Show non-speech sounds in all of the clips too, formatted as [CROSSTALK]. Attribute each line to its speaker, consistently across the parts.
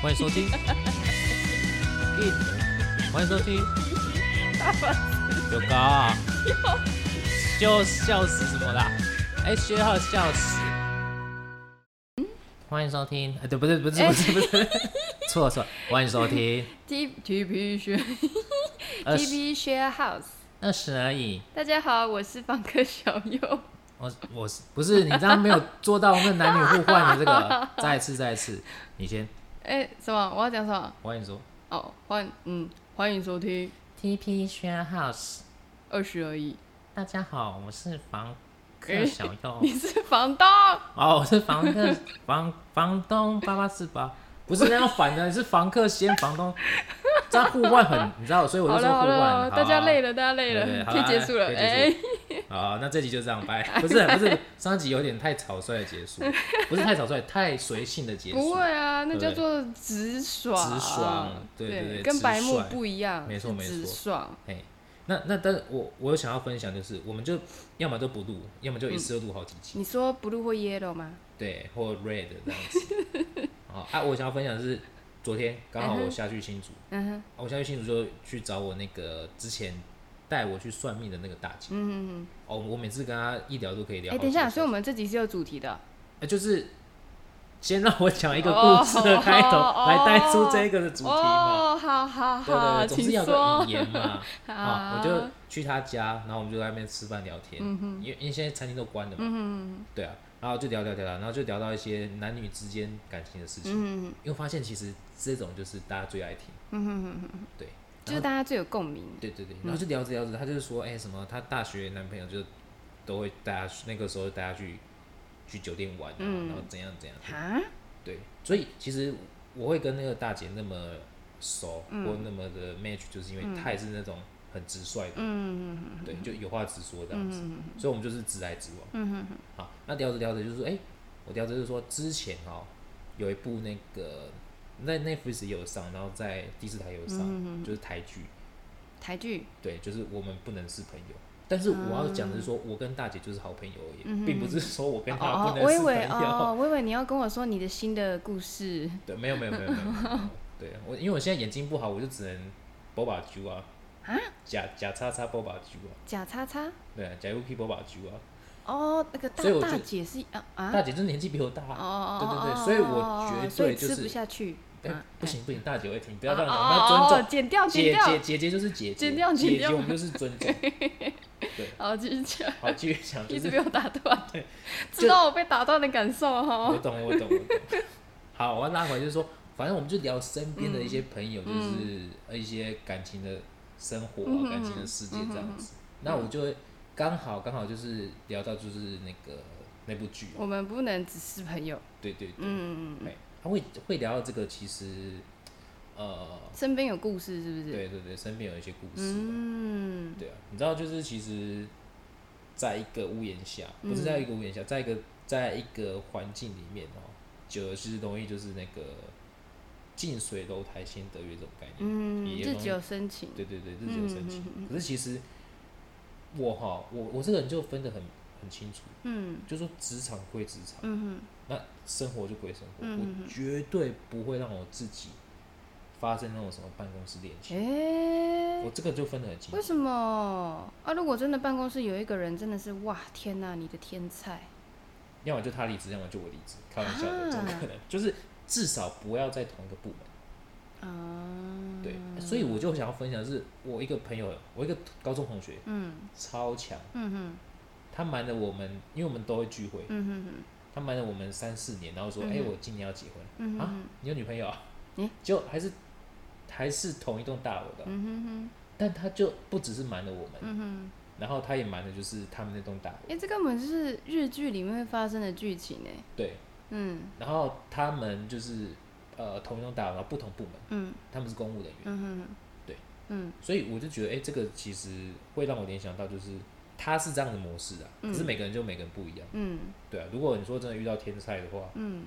Speaker 1: 欢迎收 [LAUGHS] 听。欢迎收听。有高啊？就笑死什么啦？哎，薛浩笑死。欢迎收听。哎，对，不是，不是，不是，不 [LAUGHS] 是，错了错了。欢迎收 [LAUGHS] 听
Speaker 2: T T P
Speaker 1: [LAUGHS]
Speaker 2: 学 T
Speaker 1: 二十
Speaker 2: P Share House。
Speaker 1: 二十而已。
Speaker 2: 大家好，我是房客小右。
Speaker 1: 我我是不是你这样没有做到那男女互换的这 [LAUGHS] 个？再一次，再一次，你先。
Speaker 2: [LAUGHS] 哎、什么？我要讲什么？
Speaker 1: 我跟你说
Speaker 2: 哦，欢嗯，欢迎收听
Speaker 1: ，TP Share House。
Speaker 2: 二十而已。
Speaker 1: 大家好，我是房客
Speaker 2: 哎
Speaker 1: 小右。
Speaker 2: 你是房东？
Speaker 1: 哦，我是房客 [LAUGHS] 房房东八八四八，不是那样反的，是房客先房东，这样互换很，你知道，所以我
Speaker 2: 好
Speaker 1: 就说
Speaker 2: 了
Speaker 1: 互
Speaker 2: 好
Speaker 1: 换。
Speaker 2: 了，大家累
Speaker 1: 了。
Speaker 2: 了，大家累
Speaker 1: 啊对对
Speaker 2: [LAUGHS] 了，
Speaker 1: 好
Speaker 2: 可以结束了。
Speaker 1: 可以
Speaker 2: 哎
Speaker 1: 结， [LAUGHS] 好，那这集就这样拜。不是不是，上集有点太草率的结
Speaker 2: [LAUGHS]
Speaker 1: 束，不是太草率，太随性的结束。
Speaker 2: 不会啊，那
Speaker 1: 对
Speaker 2: 叫做直爽。
Speaker 1: 直爽对对对
Speaker 2: 跟
Speaker 1: 直
Speaker 2: 白目
Speaker 1: 率
Speaker 2: 不一样，
Speaker 1: 没错
Speaker 2: 是
Speaker 1: 没错
Speaker 2: 直爽。
Speaker 1: 哎，那那但是我我有想要分享就是，我们就要么就不录，要
Speaker 2: 嗯
Speaker 1: 么就一次就录好几集，
Speaker 2: 你说 blue 或 yellow 吗？
Speaker 1: 对，或 red 这样子。
Speaker 2: [LAUGHS]
Speaker 1: 好啊，我想要分享的是昨天刚好我
Speaker 2: 嗯哼
Speaker 1: 下去新竹，
Speaker 2: 嗯哼，
Speaker 1: 啊我下去新竹就去找我那个之前带我去算命的那个大姐。
Speaker 2: 嗯嗯
Speaker 1: 哦，我每次跟她一聊都可以
Speaker 2: 嗯。
Speaker 1: 聊
Speaker 2: 哎、
Speaker 1: 好几个小时。
Speaker 2: 等一下，所以我们这集是有主题的。
Speaker 1: 呃就是先让我讲一个故事的开头，
Speaker 2: 哦哦
Speaker 1: 来带出这个的主题嘛。
Speaker 2: 哦，好好
Speaker 1: 对对
Speaker 2: 好，
Speaker 1: 对，总是
Speaker 2: 请
Speaker 1: 要
Speaker 2: 说
Speaker 1: 有个。语言
Speaker 2: [LAUGHS]
Speaker 1: 嘛。啊，我就
Speaker 2: 好
Speaker 1: 去她家，然后我们就在那边吃饭聊天，因为因为现在餐厅都关了嘛。
Speaker 2: 嗯
Speaker 1: 对啊，然后就聊聊聊聊，然后就聊到一些男女之间感情的事情，
Speaker 2: 嗯
Speaker 1: 因为发现其实这种就是大家最爱听，
Speaker 2: 嗯嗯，
Speaker 1: 对
Speaker 2: 就是大家最有共鸣。
Speaker 1: 对对对，
Speaker 2: 嗯
Speaker 1: 然后就聊着聊着，他就是说，哎、什么，她大学男朋友就都会带她去，那个时候带她去去酒店玩啊，
Speaker 2: 嗯
Speaker 1: 然后怎样怎样，
Speaker 2: 哈，
Speaker 1: 对，所以其实我会跟那个大姐那么熟、
Speaker 2: 嗯
Speaker 1: 或那么的 match，就是因为她也是那种很直率的，
Speaker 2: 嗯
Speaker 1: 对，就有话直说这样子，
Speaker 2: 嗯
Speaker 1: 所以我们就是直来直往。
Speaker 2: 嗯
Speaker 1: 好，那聊着聊着就是说，哎、我聊着就是说之前哦，有一部那个在 Netflix 也有上，然后在第四台也有上，
Speaker 2: 嗯
Speaker 1: 就是台剧，
Speaker 2: 台剧，
Speaker 1: 对，就是我们不能是朋友。但是我要讲的是说，我跟大姐就是好朋友而已，并不是说我跟她不
Speaker 2: 嗯哦，
Speaker 1: 能
Speaker 2: 我以
Speaker 1: 是朋
Speaker 2: 为
Speaker 1: 友。
Speaker 2: 哦，我以为你要跟我说你的新的故事，
Speaker 1: [LAUGHS] 对，没有没有没有没有没有。没有对我，因为我现在眼睛不好，我就只能 boba 猪啊，
Speaker 2: 啊，
Speaker 1: 假假叉叉 boba 猪啊，
Speaker 2: 假叉叉。
Speaker 1: 对啊，假 UK boba 猪啊。
Speaker 2: 哦，那个大
Speaker 1: 所以我就
Speaker 2: 大姐是啊啊，
Speaker 1: 大姐就是年纪比我大，
Speaker 2: 哦哦，
Speaker 1: 对对
Speaker 2: 哦
Speaker 1: 对，所以我
Speaker 2: 哦
Speaker 1: 绝对就
Speaker 2: 所以吃不
Speaker 1: 是
Speaker 2: 下去。
Speaker 1: 哎、
Speaker 2: 啊
Speaker 1: 不，行不行，大姐会听，不
Speaker 2: 不
Speaker 1: 要这样讲，我们要尊重。
Speaker 2: 哦剪掉剪
Speaker 1: 姐姐
Speaker 2: 掉，
Speaker 1: 姐姐就是姐姐，
Speaker 2: 剪掉
Speaker 1: 姐姐
Speaker 2: 剪掉
Speaker 1: 我们就是尊重。
Speaker 2: 哦，继续讲，
Speaker 1: 好，继续讲，就
Speaker 2: [LAUGHS] 一直
Speaker 1: 是
Speaker 2: 被我打断
Speaker 1: [LAUGHS] 对，
Speaker 2: [LAUGHS] 知道我被打断的感受哦哈
Speaker 1: 我。懂我懂我懂。好，我要拉回来，就是说，反正我们就聊身边的一些朋友，就是呃一些感情的生活啊、感情的世界这样子。那我就会刚好刚好就是聊到就是那个那部剧，
Speaker 2: 我们不能只是朋友，
Speaker 1: 对对对，
Speaker 2: 嗯，
Speaker 1: 哎、他会会聊到这个，其实呃，
Speaker 2: 身边有故事是不是？
Speaker 1: 对对对，身边有一些故事啊、
Speaker 2: 嗯，
Speaker 1: 对啊，你知道，就是其实，在一个屋檐下，
Speaker 2: 嗯
Speaker 1: 不是在一个屋檐下，在一个在一个环境里面哦，久了其实容易就是那个近水楼台先得月这种概念。
Speaker 2: 嗯
Speaker 1: 也，
Speaker 2: 日
Speaker 1: 容易
Speaker 2: 久生情，
Speaker 1: 对对对，日久生情。
Speaker 2: 嗯
Speaker 1: 可是其实我哈，我我这个人就分得很很清楚，
Speaker 2: 嗯
Speaker 1: 就说职场归职场，
Speaker 2: 嗯
Speaker 1: 那生活就归生活，
Speaker 2: 嗯嗯
Speaker 1: 我绝对不会让我自己发生那种什么办公室恋
Speaker 2: 哼，
Speaker 1: 情。
Speaker 2: 诶，
Speaker 1: 我这个就分得很清楚
Speaker 2: 为。什么啊？如果真的办公室有一个人真的是哇，天哪，你的天才，
Speaker 1: 要么就他离职，要么就我离职，开玩笑的，
Speaker 2: 啊
Speaker 1: 怎么可能？就是至少不要在同一个部门。
Speaker 2: 啊，
Speaker 1: 对，所以我就想要分享的是，我一个朋友，我一个高中同学
Speaker 2: 嗯
Speaker 1: 超强，
Speaker 2: 嗯哼
Speaker 1: 他瞒了我们，因为我们都会聚会，
Speaker 2: 嗯哼哼
Speaker 1: 他瞒了我们三四年，然后说，哎、我今年要结婚，
Speaker 2: 嗯
Speaker 1: 啊
Speaker 2: 哼
Speaker 1: 你有女朋友啊？
Speaker 2: 嗯
Speaker 1: 就还是还是同一栋大楼的，
Speaker 2: 嗯哼哼
Speaker 1: 但他就不只是瞒了我们，
Speaker 2: 嗯哼，
Speaker 1: 然后他也瞒的就是他们那栋大楼，
Speaker 2: 哎，这根本就是日剧里面会发生的剧情哎，
Speaker 1: 对，
Speaker 2: 嗯
Speaker 1: 然后他们就是呃同一栋大楼，然后不同部门，
Speaker 2: 嗯
Speaker 1: 他们是公务人员。
Speaker 2: 嗯哼，
Speaker 1: 对，
Speaker 2: 嗯
Speaker 1: 所以我就觉得，哎、这个其实会让我联想到，就是他是这样的模式啊，可是每个人就每个人不一样，
Speaker 2: 嗯
Speaker 1: 对啊。如果你说真的遇到天才的话，
Speaker 2: 嗯。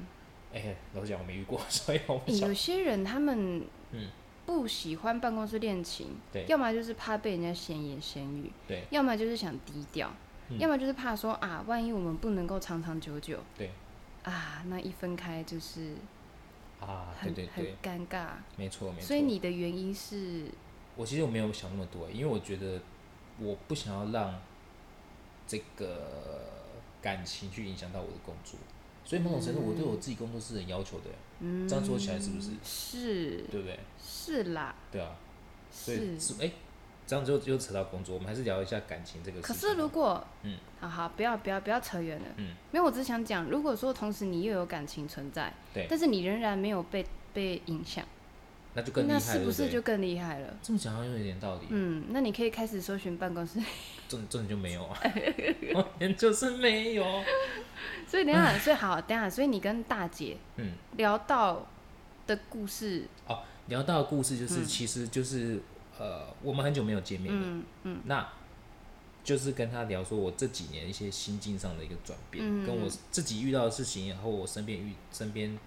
Speaker 1: 哎、老实讲我没遇过，所以我不
Speaker 2: 欸
Speaker 1: 晓
Speaker 2: 有些人他们
Speaker 1: 嗯
Speaker 2: 不喜欢办公室恋情，
Speaker 1: 对
Speaker 2: 要么就是怕被人家闲言闲语，
Speaker 1: 对，
Speaker 2: 要么就是想低调，
Speaker 1: 嗯
Speaker 2: 要么就是怕说啊，万一我们不能够长长久久，
Speaker 1: 对，
Speaker 2: 啊，那一分开就是
Speaker 1: 啊，对
Speaker 2: 很
Speaker 1: 对
Speaker 2: 很
Speaker 1: 对，
Speaker 2: 尴尬。
Speaker 1: 没错没错。
Speaker 2: 所以你的原因是，
Speaker 1: 我其实我没有想那么多，因为我觉得我不想要让这个感情去影响到我的工作，所以某种程度我对我自己工作是很要求的，
Speaker 2: 嗯，
Speaker 1: 这样说起来是不是
Speaker 2: 是
Speaker 1: 对不对？
Speaker 2: 是啦，
Speaker 1: 对啊，所以
Speaker 2: 是。
Speaker 1: 是哎、这样就又扯到工作，我们还是聊一下感情这个事
Speaker 2: 可
Speaker 1: 情。
Speaker 2: 是如果，
Speaker 1: 嗯，
Speaker 2: 好好，不要不要不要扯远了，
Speaker 1: 嗯，
Speaker 2: 没有，我只想讲，如果说同时你又有感情存在，
Speaker 1: 对
Speaker 2: 但是你仍然没有被被影响，
Speaker 1: 那就更厉害
Speaker 2: 那
Speaker 1: 了，
Speaker 2: 是不
Speaker 1: 对
Speaker 2: 是
Speaker 1: 对
Speaker 2: 就更厉害了？
Speaker 1: 这么讲好像有点道理？
Speaker 2: 嗯，那你可以开始搜寻办
Speaker 1: [LAUGHS]
Speaker 2: 公室。
Speaker 1: 真真的就没有
Speaker 2: [LAUGHS]
Speaker 1: 啊，完全就是没有。
Speaker 2: 所以等一下，所以好，等一下，所以你跟大姐
Speaker 1: 嗯，
Speaker 2: 聊到的故事，
Speaker 1: 哦，聊到的故事就是，其实就是呃，我们很久没有见面了，
Speaker 2: 嗯嗯
Speaker 1: 那就是跟他聊说我这几年一些心境上的一个转变，
Speaker 2: 嗯
Speaker 1: 跟我自己遇到的事情，然后我身边遇身边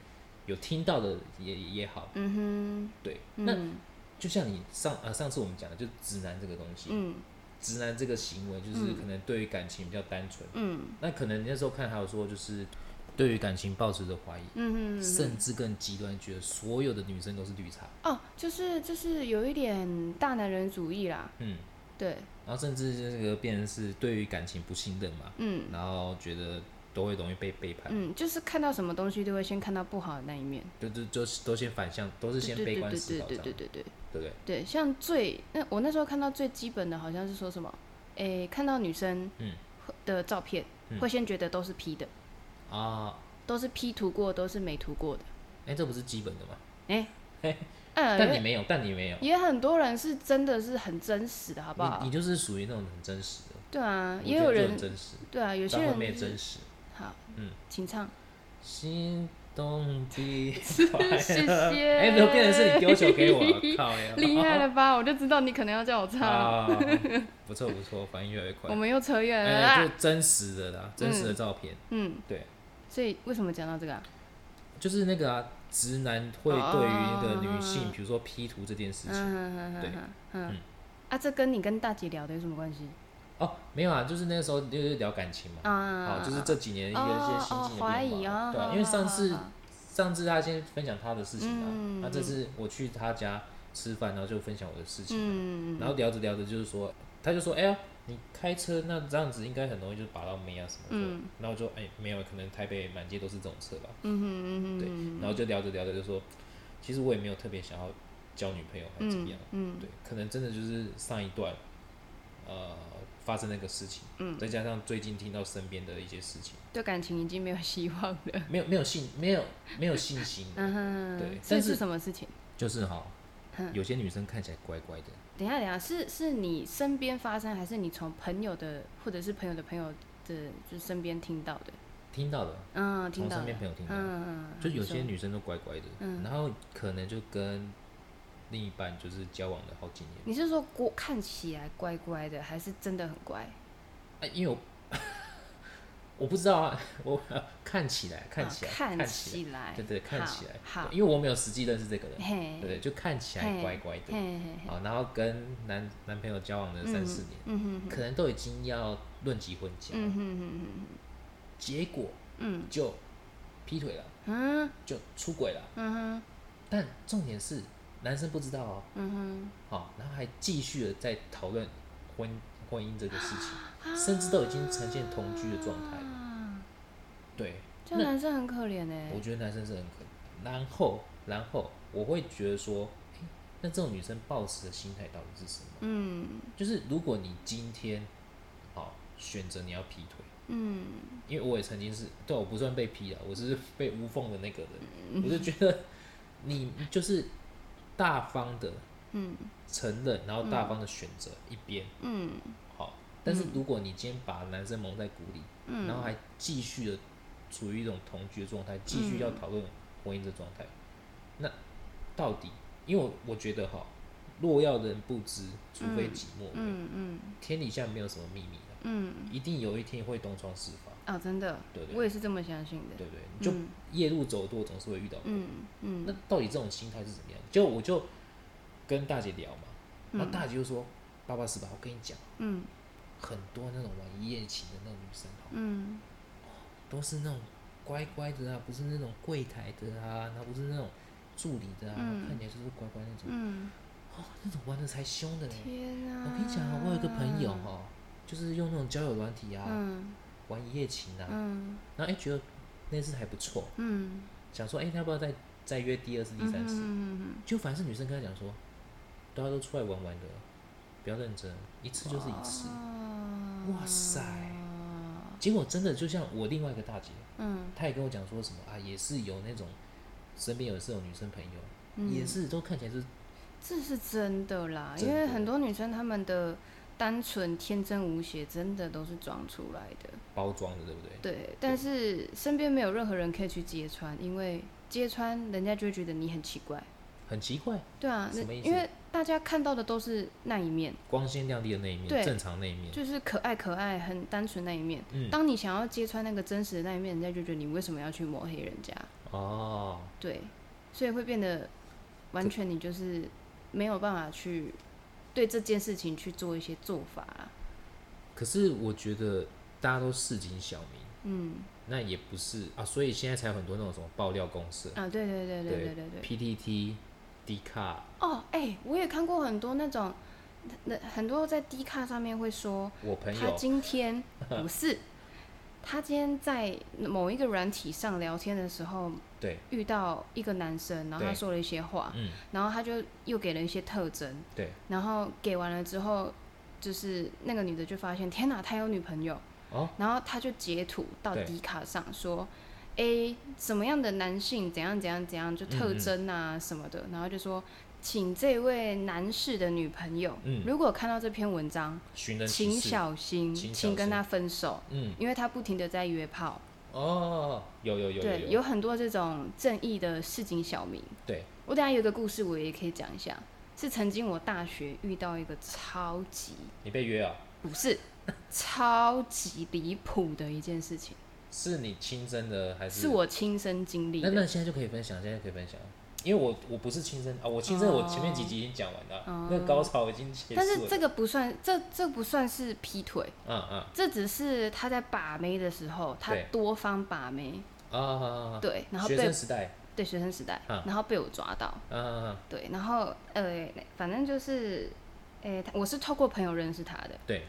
Speaker 1: 有听到的也也好，
Speaker 2: 嗯
Speaker 1: 对，
Speaker 2: 哼，
Speaker 1: 那
Speaker 2: 嗯
Speaker 1: 就像你上呃上次我们讲的，就直男这个东西，
Speaker 2: 嗯
Speaker 1: 直男这个行为就是
Speaker 2: 嗯
Speaker 1: 可能对于感情比较单纯，
Speaker 2: 嗯
Speaker 1: 那可能那时候看还有说就是对于感情抱持着怀疑。
Speaker 2: 嗯哼，
Speaker 1: 甚至更极端，觉得所有的女生都是绿茶，
Speaker 2: 哦，就是就是有一点大男人主义啦，
Speaker 1: 嗯，
Speaker 2: 对，
Speaker 1: 然后甚至这个变成是对于感情不信任嘛，
Speaker 2: 嗯
Speaker 1: 然后觉得都会容易被背叛，
Speaker 2: 嗯，就是看到什么东西都会先看到不好的那一面，
Speaker 1: 就就就是都先反向，都是
Speaker 2: 对
Speaker 1: 先
Speaker 2: 对
Speaker 1: 悲
Speaker 2: 对
Speaker 1: 观
Speaker 2: 对
Speaker 1: 思
Speaker 2: 对
Speaker 1: 考这
Speaker 2: 对
Speaker 1: 样，
Speaker 2: 对
Speaker 1: 对
Speaker 2: 对对
Speaker 1: 不对？
Speaker 2: 对，像最那我那时候看到最基本的好像是说什么，诶，看到女生
Speaker 1: 嗯
Speaker 2: 的照片
Speaker 1: 嗯
Speaker 2: 会先觉得都是 P 的，
Speaker 1: 啊，
Speaker 2: 都是 P 图过，都是美图过的，
Speaker 1: 哎，这不是基本的吗？
Speaker 2: 哎
Speaker 1: 嘿，
Speaker 2: 嗯，因
Speaker 1: 但
Speaker 2: 为
Speaker 1: 你没有，但你没有，
Speaker 2: 也很多人是真的是很真实的，好不好
Speaker 1: 你你？就是属于那种很真实的，
Speaker 2: 对啊，
Speaker 1: 我
Speaker 2: 也
Speaker 1: 觉得就
Speaker 2: 有人
Speaker 1: 很真实，
Speaker 2: 对啊，有些
Speaker 1: 但后
Speaker 2: 人
Speaker 1: 面
Speaker 2: 就是
Speaker 1: 真实，
Speaker 2: 好，
Speaker 1: 嗯，
Speaker 2: 请唱。
Speaker 1: 心动的
Speaker 2: 谢谢
Speaker 1: 哎，怎么变成是你丢球给我？靠呀，
Speaker 2: 厉害了吧？我就知道你可能要叫我唱，
Speaker 1: 啊！不错不错，反应越来越快
Speaker 2: 我。们又扯远了
Speaker 1: 哎，
Speaker 2: 啦。
Speaker 1: 就真实的啦，真实的照片，
Speaker 2: 嗯，
Speaker 1: 对，
Speaker 2: 所以为什么讲到这个啊？
Speaker 1: 就是那个啊，直男会对于那个女性，
Speaker 2: 哦
Speaker 1: 比如说 P 图这件事情，
Speaker 2: 嗯
Speaker 1: 对
Speaker 2: 嗯嗯嗯，啊，这跟你跟大姐聊的有什么关系？
Speaker 1: 哦，没有啊，就是那时候就是聊感情嘛，
Speaker 2: 啊
Speaker 1: 好，就是这几年一个一些心境
Speaker 2: 哦哦怀
Speaker 1: 的
Speaker 2: 疑
Speaker 1: 变
Speaker 2: 啊
Speaker 1: 化，对啊，
Speaker 2: 好
Speaker 1: 因为上次
Speaker 2: 好好
Speaker 1: 上次他先分享他的事情啊
Speaker 2: 嗯，
Speaker 1: 那这次我去他家吃饭，然后就分享我的事情，啊
Speaker 2: 嗯，
Speaker 1: 然后聊着聊着就是说，他就说，哎呀。你开车那这样子应该很容易就把到妹啊什么的，
Speaker 2: 嗯
Speaker 1: 然后我就哎、没有，可能台北满街都是这种车吧，
Speaker 2: 嗯哼嗯
Speaker 1: 对
Speaker 2: 哼，
Speaker 1: 然后就聊着聊着就说，其实我也没有特别想要交女朋友还是怎么样，
Speaker 2: 嗯
Speaker 1: 对，可能真的就是上一段，呃，发生那个事情，
Speaker 2: 嗯
Speaker 1: 再加上最近听到身边的一些事情，
Speaker 2: 对感情已经没有希望了。
Speaker 1: 没有没有信没有没有信心，
Speaker 2: 嗯哼， [LAUGHS]
Speaker 1: 对
Speaker 2: 所以
Speaker 1: 但
Speaker 2: 是
Speaker 1: 是
Speaker 2: 什么事情？
Speaker 1: 就是哈
Speaker 2: 嗯，
Speaker 1: 有些女生看起来乖乖的，
Speaker 2: 等一下，等一下，是是你身边发生，还是你从朋友的，或者是朋友的朋友的，就身边听到的？
Speaker 1: 听到了，
Speaker 2: 嗯，听
Speaker 1: 从
Speaker 2: 到
Speaker 1: 身
Speaker 2: 的
Speaker 1: 边。朋友听到，
Speaker 2: 嗯，嗯
Speaker 1: 就有些
Speaker 2: 你
Speaker 1: 女生都乖乖的，
Speaker 2: 嗯
Speaker 1: 然后可能就跟另一半就是交往了好几年
Speaker 2: 说，你是说过看起来乖乖的，还是真的很乖？
Speaker 1: 哎、因为我我不知道啊，我看起来看起来、
Speaker 2: 啊
Speaker 1: 看
Speaker 2: 看
Speaker 1: 起来，
Speaker 2: 来，
Speaker 1: 对对，看
Speaker 2: 好
Speaker 1: 起来，
Speaker 2: 好
Speaker 1: 对，因为我没有实际认识这个人，
Speaker 2: 嘿，
Speaker 1: 对，就看起来
Speaker 2: 嘿
Speaker 1: 乖乖的，
Speaker 2: 嘿嘿嘿，
Speaker 1: 好，然后跟男男朋友交往了三四年，
Speaker 2: 嗯哼哼，
Speaker 1: 可能都已经要论及婚嫁，
Speaker 2: 嗯哼哼哼，
Speaker 1: 结果
Speaker 2: 嗯
Speaker 1: 就劈腿了，
Speaker 2: 嗯
Speaker 1: 就出轨了，
Speaker 2: 嗯哼
Speaker 1: 但重点是男生不知道哦，
Speaker 2: 嗯哼，
Speaker 1: 好，然后还继续的在讨论婚婚姻这个事情，甚至都已经呈现同居的状态了，
Speaker 2: 啊，
Speaker 1: 对，
Speaker 2: 这
Speaker 1: 那
Speaker 2: 男生很可怜哎
Speaker 1: 我，觉得男生是很可怜。然后，然后我会觉得说，诶那这种女生抱持的心态到底是什么？
Speaker 2: 嗯
Speaker 1: 就是如果你今天好选择你要劈腿，
Speaker 2: 嗯，
Speaker 1: 因为我也曾经是，对我不算被劈了，我是被无缝的那个人，
Speaker 2: 嗯
Speaker 1: 我就觉得你就是大方的，
Speaker 2: 嗯，
Speaker 1: 承认，然后大方的选择一边，
Speaker 2: 嗯
Speaker 1: 好。但是如果你今天把男生蒙在鼓里，
Speaker 2: 嗯，
Speaker 1: 然后还继续的处于一种同居的状态，继续要讨论婚姻的状
Speaker 2: 嗯
Speaker 1: 态。那到底，因为我我觉得哈，若要人不知，除非己莫为，
Speaker 2: 嗯嗯
Speaker 1: 天底下没有什么秘密的、
Speaker 2: 嗯。
Speaker 1: 一定有一天会东窗事发，
Speaker 2: 啊、真的，
Speaker 1: 对不
Speaker 2: 我
Speaker 1: 对？
Speaker 2: 也是这么相信的。
Speaker 1: 对不对？你就
Speaker 2: 嗯
Speaker 1: 夜路走多，总是会遇到。
Speaker 2: 嗯嗯
Speaker 1: 那到底这种心态是怎么样？就我就跟大姐聊嘛，然后大姐就说：“爸爸是吧？我跟你讲，
Speaker 2: 嗯
Speaker 1: 很多那种玩一夜情的那种女生哦，
Speaker 2: 嗯
Speaker 1: 都是那种乖乖的啊，不是那种柜台的啊，然后不是那种助理的啊，
Speaker 2: 嗯
Speaker 1: 看起来就是乖乖那种，
Speaker 2: 嗯，
Speaker 1: 哦，那种玩的才凶的嘞。
Speaker 2: 天啊！
Speaker 1: 我跟你讲啊，我有一个朋友哦，就是用那种交友软体啊，
Speaker 2: 嗯
Speaker 1: 玩一夜情啊，
Speaker 2: 嗯
Speaker 1: 然后哎觉得那次还不错，
Speaker 2: 嗯，
Speaker 1: 想说哎要不要再再约第二次、第三次？
Speaker 2: 嗯
Speaker 1: 就反正是女生跟他讲说，大家都出来玩玩的，不要认真，一次就是一
Speaker 2: 哦
Speaker 1: 次。哇塞！结果真的就像我另外一个大姐，
Speaker 2: 嗯
Speaker 1: 她也跟我讲说什么啊，也是有那种身边有是有女生朋友，
Speaker 2: 嗯
Speaker 1: 也是都看起来是
Speaker 2: 这是真的啦，
Speaker 1: 真
Speaker 2: 因为
Speaker 1: 的
Speaker 2: 很多女生她们的单纯、天真无邪，真的都是装出来的。
Speaker 1: 包装的，对不对？
Speaker 2: 对，但是身边没有任何人可以去揭穿，因为揭穿人家就会觉得你很奇怪。
Speaker 1: 很奇怪，
Speaker 2: 对啊，那
Speaker 1: 什么意思嗯
Speaker 2: 因为大家看到的都是那一面，
Speaker 1: 光鲜亮丽的那一面，
Speaker 2: 对
Speaker 1: 正常那一面，
Speaker 2: 就是可爱可爱、很单纯那一面。
Speaker 1: 嗯，
Speaker 2: 当你想要揭穿那个真实的那一面，人家就觉得你为什么要去抹黑人家？
Speaker 1: 哦，
Speaker 2: 对，所以会变得完全你就是没有办法去对这件事情去做一些做法啊啦。
Speaker 1: 可是我觉得大家都市井小民，
Speaker 2: 嗯，
Speaker 1: 那也不是啊，所以现在才有很多那种什么爆料公社、
Speaker 2: 啊，对对对对对对对。
Speaker 1: PTT、d 卡、
Speaker 2: 哦，哎、我也看过很多那种，那很多在 D 卡上面会说，
Speaker 1: 我朋
Speaker 2: 他
Speaker 1: 友，
Speaker 2: 今
Speaker 1: [LAUGHS]
Speaker 2: 天不是，他今天在某一个软体上聊天的时候
Speaker 1: 对，
Speaker 2: 遇到一个男生，然后他
Speaker 1: 对
Speaker 2: 说了一些话，
Speaker 1: 嗯，
Speaker 2: 然后他就又给了一些特征，
Speaker 1: 对，
Speaker 2: 然后给完了之后，就是那个女的就发现，天哪，他有女朋友，
Speaker 1: 哦，
Speaker 2: 然后他就截图到
Speaker 1: 对
Speaker 2: 迪卡上说，诶，什么样的男性怎样怎样怎样，就特征啊什
Speaker 1: 嗯
Speaker 2: 么的，然后就说，请这位男士的女朋友，
Speaker 1: 嗯
Speaker 2: 如果看到这篇文章，
Speaker 1: 寻人
Speaker 2: 请
Speaker 1: 启事，
Speaker 2: 小心，
Speaker 1: 请小
Speaker 2: 请跟
Speaker 1: 心
Speaker 2: 他分手，
Speaker 1: 嗯，
Speaker 2: 因为他不停的在约炮，
Speaker 1: 哦，有有有有
Speaker 2: 对，有很多这种正义的市井小民。
Speaker 1: 对，
Speaker 2: 我等一下有一个故事，我也可以讲一下，是曾经我大学遇到一个超级
Speaker 1: 你被约啊？
Speaker 2: 不是超级离谱的一件事情，
Speaker 1: 是你亲身的还
Speaker 2: 是我亲身经历
Speaker 1: 那
Speaker 2: 的。
Speaker 1: 那现在就可以分享，现在就可以分享，因为我我不是亲身啊，我亲身我前面几集已经讲完了，那个高潮已经结束
Speaker 2: 哦但是
Speaker 1: 了。
Speaker 2: 这个不算，这这不算是劈腿，
Speaker 1: 嗯嗯
Speaker 2: 这只是他在把妹的时候，他
Speaker 1: 对
Speaker 2: 多方把妹，
Speaker 1: 啊啊啊
Speaker 2: 对，然
Speaker 1: 啊！
Speaker 2: 后
Speaker 1: 学
Speaker 2: 被
Speaker 1: 生时代，
Speaker 2: 对学生时代，
Speaker 1: 嗯
Speaker 2: 然后被我抓到，
Speaker 1: 嗯嗯嗯，
Speaker 2: 对，然后呃，反正就是，诶、他我是透过朋友认识他的，
Speaker 1: 对，